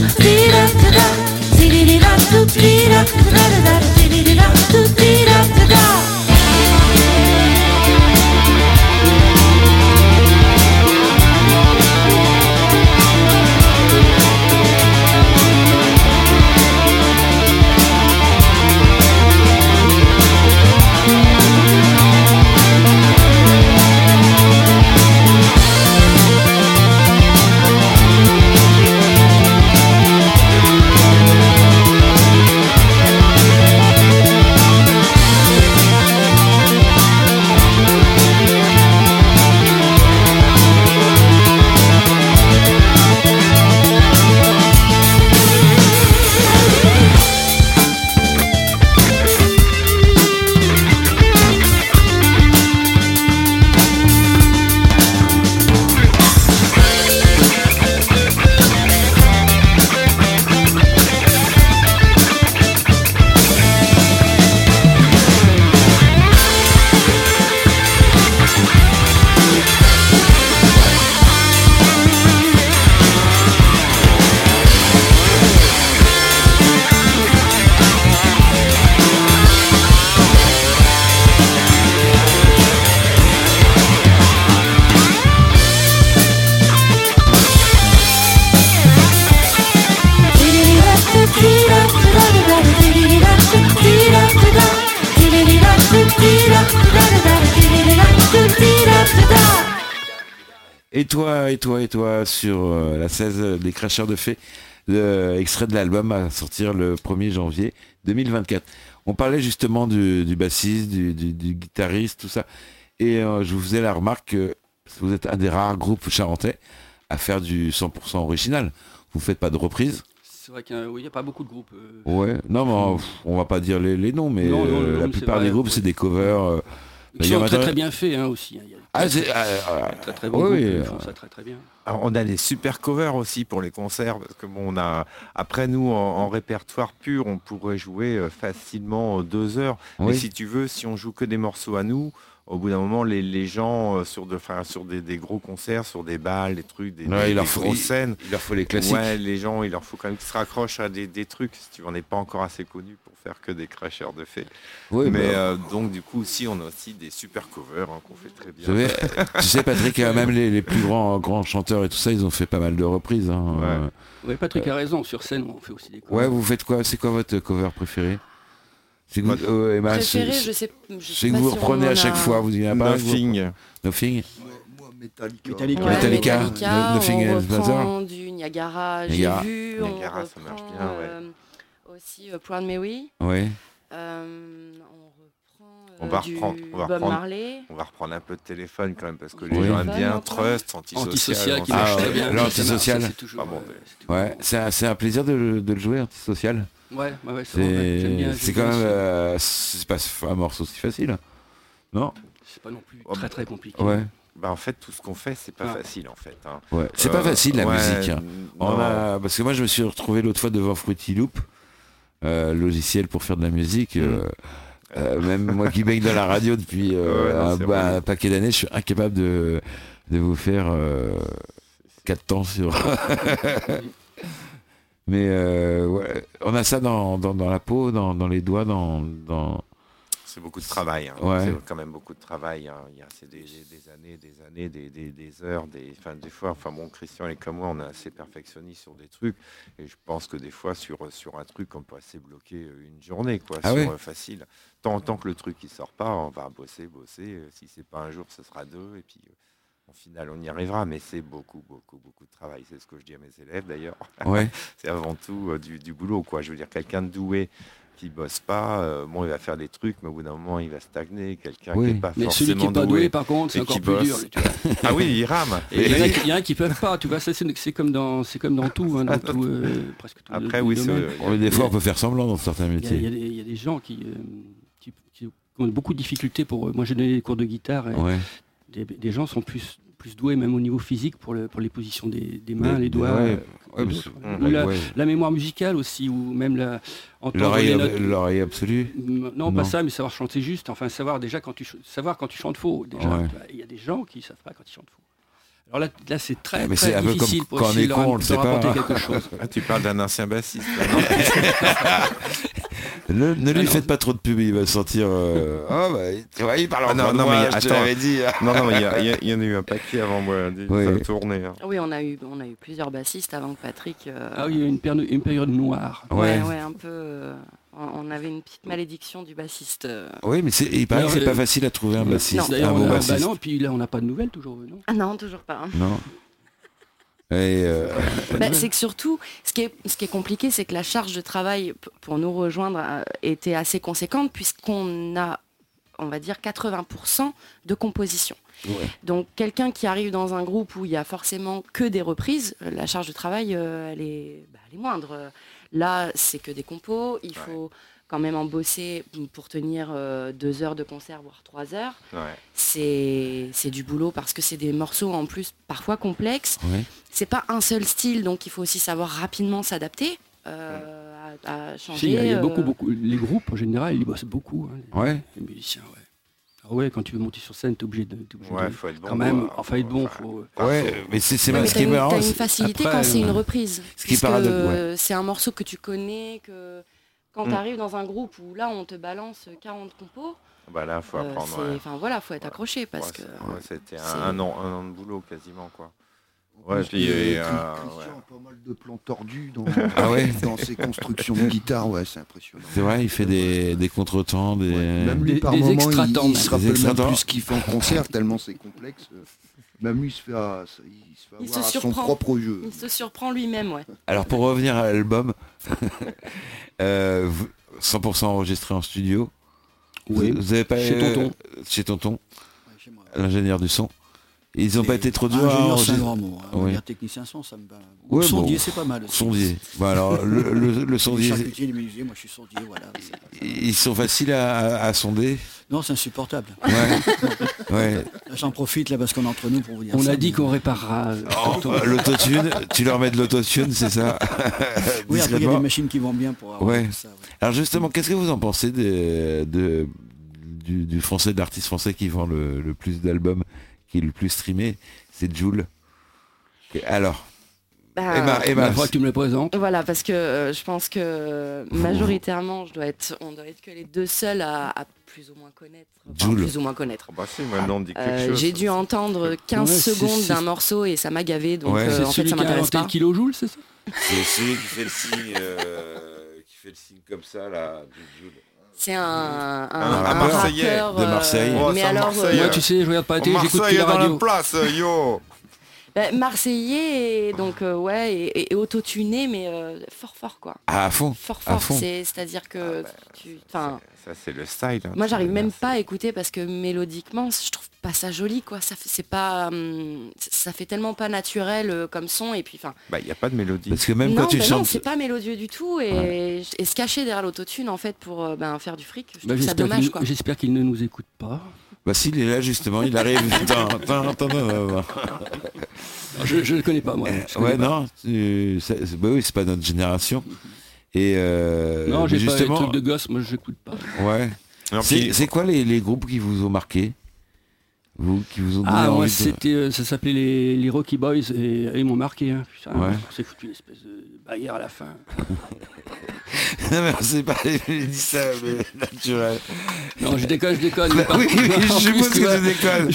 Et toi, et toi, et toi, sur euh, la 16 euh, des Cracheurs de Fées, le extrait de l'album à sortir le 1er janvier 2024. On parlait justement du, du bassiste, du, du- du guitariste, tout ça. Et euh, je vous faisais la remarque que vous êtes un des rares groupes charentais à faire du 100% original. Vous faites pas de reprise.
C'est vrai qu'il n'y a, oui, il y a pas beaucoup de groupes. euh,
Ouais. Non, mais euh, pff, on va pas dire les, les noms, mais
Non, non,
euh,
les
la
noms, c'est
plupart des
vrai.
groupes, c'est des covers. euh,
qui
il y a
sont très
maintenant-
très bien faits hein, aussi. hein. Il y a des
Ah, c'est- ah, ah,
très très bons
oui,
groupes qui
euh,
font ça très très bien.
Alors, on a des super covers aussi pour les concerts, parce que bon, on a après nous en, en répertoire pur, on pourrait jouer euh, facilement euh, deux heures. Mais
oui.
si tu veux, si on joue que des morceaux à nous, au bout d'un moment, les, les gens euh, sur, de, enfin, sur des, des gros concerts, sur des balles, des trucs, des,
Ouais,
des-
il leur
des
faut-
grosses scènes,
Il leur faut les classiques.
ouais, les gens, il leur faut quand même qu'ils se raccrochent à des, des trucs. Si tu en es pas encore assez connu pour faire que des cracheurs de fées.
Oui,
mais
bah,
euh, donc, du coup, si on a aussi des super covers hein, qu'on fait très bien.
Vous savez, tu sais, Patrick, euh, même les, les plus grands, grands chanteurs et tout ça, ils ont fait pas mal de reprises. hein.
Ouais.
Euh,
Oui, Patrick a raison, sur scène on fait aussi des
Ouais,
covers.
vous faites quoi C'est quoi votre cover préféré C'est que vous,
Moi,
euh, Emma,
Préféré,
c'est-
je sais, je sais
c'est que
pas
vous
si on
reprenez
en
à chaque
a-
fois. Vous y en a pas un que vous-
Nothing.
Nothing
Moi, Metallica.
Metallica.
Ouais,
Metallica,
Metallica,
No- Nothing
on
Else
reprend du Niagara, j'ai
Niagara.
vu, on
Niagara, ça
reprend,
marche bien, ouais.
euh, aussi euh, Proud May We,
Ouais.
euh, on reprend euh,
On va
du
reprendre, on va
Bob
reprendre.
Marley,
On va reprendre un peu de téléphone quand même parce que les
Oui.
gens aiment
Téléphone,
bien Trust, antisocial.
Antisocial qui
Ah,
marche
ouais,
très bien.
l'antisocial.
Ça, c'est toujours,
Ah bon.
euh, c'est toujours
Ouais, c'est un, c'est un plaisir de, le- de le jouer, antisocial.
Oh,
bon. Ouais, ouais, ouais,
bah,
c'est vrai, j'aime bien,
C'est c'est
j'aime
quand même.
bien ce-
euh, c'est pas un morceau si facile. Non
C'est pas non plus
Oh,
très très compliqué.
Ouais.
Bah en fait tout ce qu'on fait c'est pas
Ah.
facile en fait. hein.
ouais. C'est
Euh,
pas facile la
ouais,
musique. hein.
n-
On
non.
a- parce que moi, je me suis retrouvé l'autre fois devant Fruity Loop, euh, logiciel pour faire de la musique.
Mm.
euh, euh, même moi qui baigne dans la radio depuis euh,
Ouais, non,
un,
c'est
bah,
vrai.
un paquet d'années, je suis incapable de, de vous faire euh, quatre temps sur. Mais euh, ouais, on a ça dans, dans, dans la peau, dans, dans les doigts, dans. dans...
C'est beaucoup de travail. hein.
Ouais.
C'est quand même beaucoup de travail. hein. Il y a c'est des, des- des années, des années, des, des- des heures, des, enfin, des fois. Enfin bon, Christian et comme moi, on est assez perfectionniste sur des trucs. Et je pense que des fois, sur, sur un truc, on peut assez bloquer euh, une journée, quoi.
Ah
sur,
ouais
euh, facile. Tant, tant que le truc il sort pas, on va bosser, bosser. Euh, Si c'est pas un jour, ce sera deux. Et puis. euh, Au final, on y arrivera, mais c'est beaucoup, beaucoup, beaucoup de travail. C'est ce que je dis à mes élèves d'ailleurs.
Ouais,
C'est avant tout euh, du, du boulot, quoi. Je veux dire, quelqu'un de doué qui bosse pas, euh, bon, il va faire des trucs, mais au bout d'un moment, il va stagner. Quelqu'un
Oui.
qui n'est pas
Mais celui
forcément
qui est pas doué,
doué.
par contre, c'est
et
encore
qui
plus
bosse.
dur. tu vois.
Ah oui, il rame.
Et Il y, en a
Et-
qui- il y en a qui peuvent pas, tu vois, ça, c'est c'est comme dans, c'est comme dans tout, hein, dans tout, euh, presque tout.
Après,
tout
oui,
domaine.
c'est.
Bon, mais des fois, on peut faire semblant dans certains
Il y a- il y, a
métiers.
des- il y a des gens qui, euh, qui, qui ont beaucoup de difficultés pour. euh, moi, j'ai donné des cours de guitare. et
Ouais.
des, des gens sont plus plus doués, même au niveau physique, pour le pour les positions des, des mains,
Des-
les doigts.
ouais.
euh,
Ouais,
les
parce-
autres.
Mm.
Ou la,
ouais.
la mémoire musicale aussi, ou même la entendre
L'oreille
les
ab-
notes.
l'oreille absolue.
Non,
Non.
pas ça, mais savoir chanter juste. Enfin, savoir déjà quand tu ch- savoir quand tu chantes faux. Déjà,
Ouais.
Tu vois, il y a des gens qui savent pas quand ils chantent faux. Alors là, là c'est très,
Mais c'est
très
un peu
difficile
comme
pour
quand on
essayer
est
de leur,
con, on le
de
sait
leur
pas,
apporter
hein.
quelque chose.
Ah, tu parles d'un ancien bassiste.
Ah,
non
Ne, ne lui
Alors-
faites pas trop de pub, il va se sentir. euh, Oh, bah, tu vois, il parle
Ah, non,
encore de
non, mais
moi, je te
attends.
l'avais dit.
non, non, mais il y a- il y, a- il y en a eu un paquet avant moi. dis,
Oui.
Ça a tourné. hein.
oui on a eu, on a eu plusieurs bassistes avant que Patrick, euh,
Ah oui, il y a une période, une période noire.
Ouais.
ouais, ouais, un peu, euh, on, on avait une petite malédiction du bassiste. euh.
Oui, mais c'est- il paraît que
Alors,
c'est pas
euh,
facile à trouver un
Non.
bassiste,
D'ailleurs,
un
on
bon
a- bah
bassiste.
non, puis là, on n'a pas de nouvelles toujours, non
Ah non, toujours pas. hein.
Non. Et euh,
Bah, c'est que surtout, ce qui est, ce qui est compliqué, c'est que la charge de travail p- pour nous rejoindre euh, était assez conséquente puisqu'on a, on va dire, 80% de composition. Donc quelqu'un qui arrive dans un groupe où il y a forcément que des reprises, euh, la charge de travail, euh, elle, est, bah, elle est moindre. Euh, Là, c'est que des compos, il faut quand même en bosser pour tenir euh, deux heures de concert, voire trois heures.
Ouais.
C'est c'est du boulot parce que c'est des morceaux en plus parfois complexes
ouais.
c'est pas un seul style, donc il faut aussi savoir rapidement s'adapter euh, à, à changer.
Si, il y a, il y a
euh,
beaucoup, beaucoup. Les groupes, en général, ils bossent beaucoup, hein,
Ouais.
les musiciens, ouais. Ah ouais, quand tu veux monter sur scène, t'es obligé de. t'es obligé
Ouais,
de-
faut être bon. hein.
quand même,
quoi.
enfin, être bon, faut.
Ouais, mais Ah, c'est c'est
Ouais,
mal-
mais
ce
t'as
qui est
une,
marrant.
t'as une
c'est-
facilité
après,
quand c'est
euh,
une reprise.
ce qui est
puisque,
paradoxe, ouais.
euh, C'est un morceau que tu connais, que quand
Mm.
tu arrives dans un groupe où là on te balance 40 compos,
Bah là, faut
euh,
apprendre.
c'est-
ouais.
enfin voilà, faut être
Ouais.
accroché parce
Ouais,
que.
c'est- ouais, C'était un,
c'est-
un an, un an de boulot quasiment, quoi.
Ouais,
Ouais, puis,
puis
euh,
Christian
ouais.
a pas mal de plans tordus dans,
Ah ouais
dans ses constructions de guitare, ouais, c'est impressionnant.
C'est vrai, il fait des, des contretemps, des.
Ouais, Même lui,
Des-
par
des
moment, il,
extra-temps,
il
des
se rappelle même
extra-temps.
plus ce qu'il fait en concert, tellement c'est complexe. euh, Mamu, il se fait, à- il se fait
Il
avoir
se
à son
surprend.
propre jeu.
Il se surprend lui-même, ouais.
Alors pour revenir à l'album, euh, vous- 100% enregistré en studio.
Oui.
Vous avez pas
Chez
euh,
Tonton.
chez Tonton,
Ouais, chez moi. Ah,
l'ingénieur du son. Ils n'ont pas été trop durs. à
Ingénieur, c'est un
enregistrer-
grand mot. hein.
Oui.
Dire technicien son, ça me va. Ou
Ouais,
sondier,
bon.
c'est pas mal. aussi.
Sondier. Bon, alors le, le- le
Les
sondier,
charcutiers, les menuisiers, moi je suis sondier, voilà.
ils sont faciles à, à- à sonder.
Non, c'est insupportable.
Ouais. Ouais.
Là, J'en profite là parce qu'on est entre nous pour vous dire
On
ça,
a dit
mais-
qu'on réparera. euh,
Oh, L'autotune, tu leur mets de l'autotune, c'est ça
Oui, après il y a
Discrètement.
des machines qui vont bien pour avoir
Ouais.
tout ça. ouais.
Alors justement, qu'est-ce que vous en pensez de, de- du, du français, de l'artiste français qui vend le, le plus d'albums, qui est le plus streamé C'est Joule. Alors,
Bah,
Emma,
Il
Emma,
faudra que tu me le présentes.
Voilà, parce que euh, je pense que euh, majoritairement, je dois être, on doit être que les deux seuls à, à plus ou moins connaître. Enfin,
Jules.
plus ou moins connaître.
Ah bah si, maintenant on dit quelque
Euh,
chose. hein.
J'ai dû entendre 15
Ouais, c'est-
secondes
c'est-
d'un morceau et ça m'a gavé, donc
Ouais.
euh,
C'est
en fait
celui
ça
qui a
m'intéresse
inventé
pas.
le kilojoule, c'est ça
c'est celui qui fait le signe,
euh,
qui fait le signe comme ça là.
C'est un, un,
Un-
un
Marseillais
rappeur,
de
euh,
Marseille.
Oh,
mais
c'est un
alors,
Marseillais.
euh,
Moi, tu sais, je regarde pas la
Oh,
télé, Ah, j'écoute
Marseille
que
est
la
dans la
radio.
place, euh, yo
bah, Marseillais, et donc euh, ouais, et, et- et autotuné, mais euh, fort fort quoi.
Ah, à fond.
Fort
À
fort,
fond.
c'est- c'est-à-dire que tu, enfin,
Ça, c'est le style. hein,
moi
tu
j'arrive
vois,
même
merci.
pas à écouter parce que mélodiquement, je trouve pas ça joli quoi. Ça fait- c'est pas, hum, ça fait tellement pas naturel euh, comme son et puis enfin.
Bah, il n'y a pas de mélodie.
Parce que même
non,
quand tu
ben non,
chantes,
c'est pas mélodieux du tout et, et se cacher derrière l'autotune en fait pour euh, ben, faire du fric, je
Bah,
trouve ça
j'espère
dommage
qu'il-
quoi.
J'espère qu'il ne nous écoute pas.
bah s'il est là justement, il arrive. Attends, attends, attends, attends, attends.
Je, je le connais pas moi. Je connais
Euh, eh, Ouais,
pas.
non, tu- c'est- c'est- bah oui, c'est pas notre génération. Et euh,
Non,
mais
j'ai pas les
justement,
trucs de gosse, moi j'écoute pas.
ouais.
Non,
C'est
puis-
c'est quoi les, les groupes qui vous ont marqué Vous qui vous ont donné
Ah, moi
envie de...
c'était, euh, ça s'appelait les, les Rocky Boys et, et ils m'ont marqué. Hein. Putain,
Ouais.
on s'est foutu une espèce de bagarre à la fin.
Non, mais c'est pas, j'ai dit ça, mais naturel.
Non, je déconne, je déconne. mais
Bah
par-
oui, oui,
en
je
plus,
suppose
tu
que
vois,
tu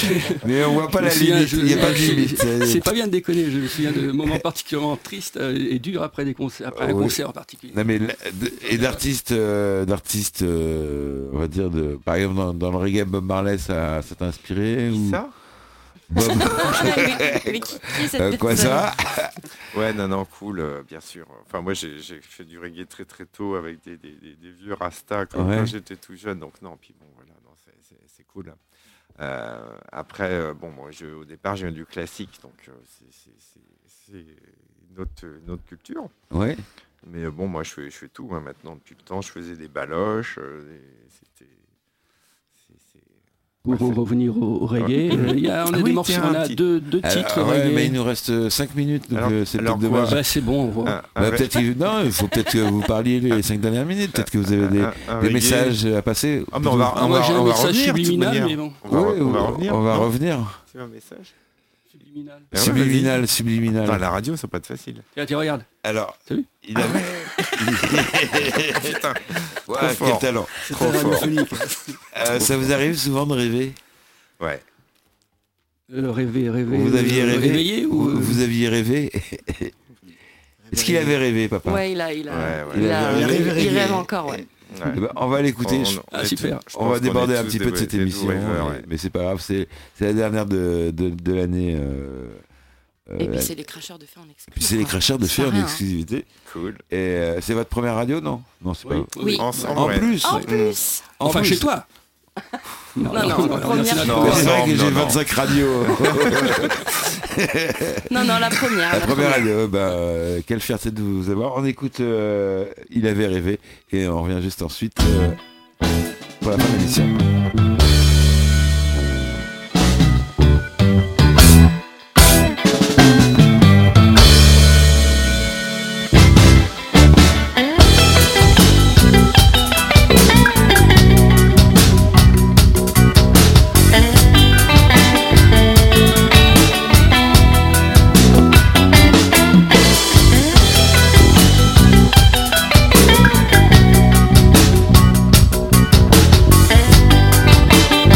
déconnes. Mais on voit pas
je me
la
souviens,
limite,
je-
il n'y a pas de
je-
limite.
C'est pas bien de déconner, je me souviens de moments particulièrement tristes euh, et durs après, des concerts, après un
Ouais.
concert en particulier.
Non mais la- de- et d'artistes, euh, d'artistes, euh, on va dire de, par exemple dans, dans le reggae, Bob Marley, ça, ça t'a inspiré ou
Ça
Bob-
mais, mais qui, qui est cette
euh, quoi
personne
ça
Ouais, non, non, cool, euh, bien sûr. Enfin, moi, j'ai j'ai fait du reggae très, très tôt avec des, des- des- des vieux Rasta quand,
Ouais.
quand j'étais tout jeune. Donc, non, puis bon, voilà, non, c'est- c'est- c'est cool. Euh, après, euh, bon, moi, je, au départ, je viens du classique, donc euh, c'est- c'est- c'est- c'est une autre, une autre culture.
Ouais.
Mais euh, bon, moi, je fais, je fais tout hein, maintenant. Depuis le temps, je faisais des baloches. euh, des- C'était. c'est- c'est-
Pour
Ouais, c'est-
revenir au, au reggae, euh, il y a, on a
Ah
des
oui,
morceaux,
tiens,
on
un
a
petit-
deux, deux
Alors,
titres
Ah, ouais,
reggae.
mais il nous reste 5 minutes, donc
Alors-
euh, c'est
alors
peut-être
quoi
dommage.
Bah, c'est bon, on voit.
Un- un
Bah,
re-
peut-être qu'il- non, il faut peut-être que vous parliez les 5 dernières minutes, peut-être que vous avez des,
un- un
des
reggae.
messages à passer.
Ah, mais on va, on
Moi
va-
j'ai un
on va
message
revenir, de toute
subliminal,
manière.
mais bon.
On va,
Ouais,
on va revenir.
On va
non
revenir.
C'est un message
Subliminal.
Ah ouais,
Subliminal,
vas-y. Dans
subliminal.
la radio, ça peut être facile.
Tiens, tiens, regarde.
Alors, Ah
Salut.
il a...
Putain,
Voilà, Ah,
Trop
quel
fort.
talent.
trop fort.
Euh, ça vous arrive souvent de rêver
Ouais.
Euh, rêver, rêver.
Vous aviez
euh,
rêvé
réveillé ou,
vous, vous aviez rêvé Est-ce qu'il avait rêvé, papa
Ouais, il a, il a,
Ouais, ouais.
il a-
Il a
il
rêvé.
rêve encore. Ouais.
ouais.
Eh ben, On va l'écouter.
On-
je-
on
Ah,
est
super.
tous- je
On
pense
va
qu'on
déborder
est
un
tous
petit
des-
peu de cette
des
émission, hein,
rêveurs,
mais,
ouais.
mais c'est pas grave, c'est c'est la dernière de, de, de l'année. euh, euh,
Et puis
la-
c'est les cracheurs de fer en exclu.
puis c'est les
quoi.
cracheurs de
Ça
fer en
rien, hein.
exclusivité.
Cool.
Et euh, c'est votre première radio, non Non, c'est pas.
Oui.
Ensemble,
En
ouais.
plus,
En
ouais.
plus,
En
Enfin,
plus.
chez toi
non,
Non,
première
c'est notre-
fois.
Ouais, c'est vrai
Ensemble,
que j'ai
non, non.
25 radios.
non, non, la première.
La première radio, bah, euh, quelle fierté de vous avoir. On écoute euh, Il avait rêvé et on revient juste ensuite euh, pour la fin de l'émission.
Thank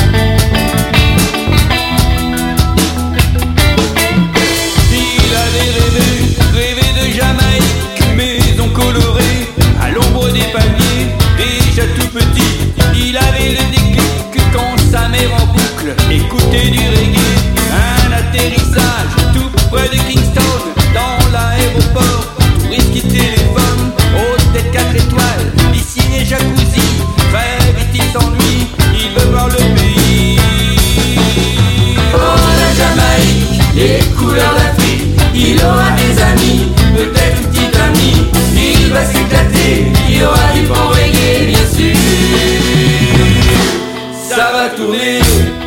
ça va tourner.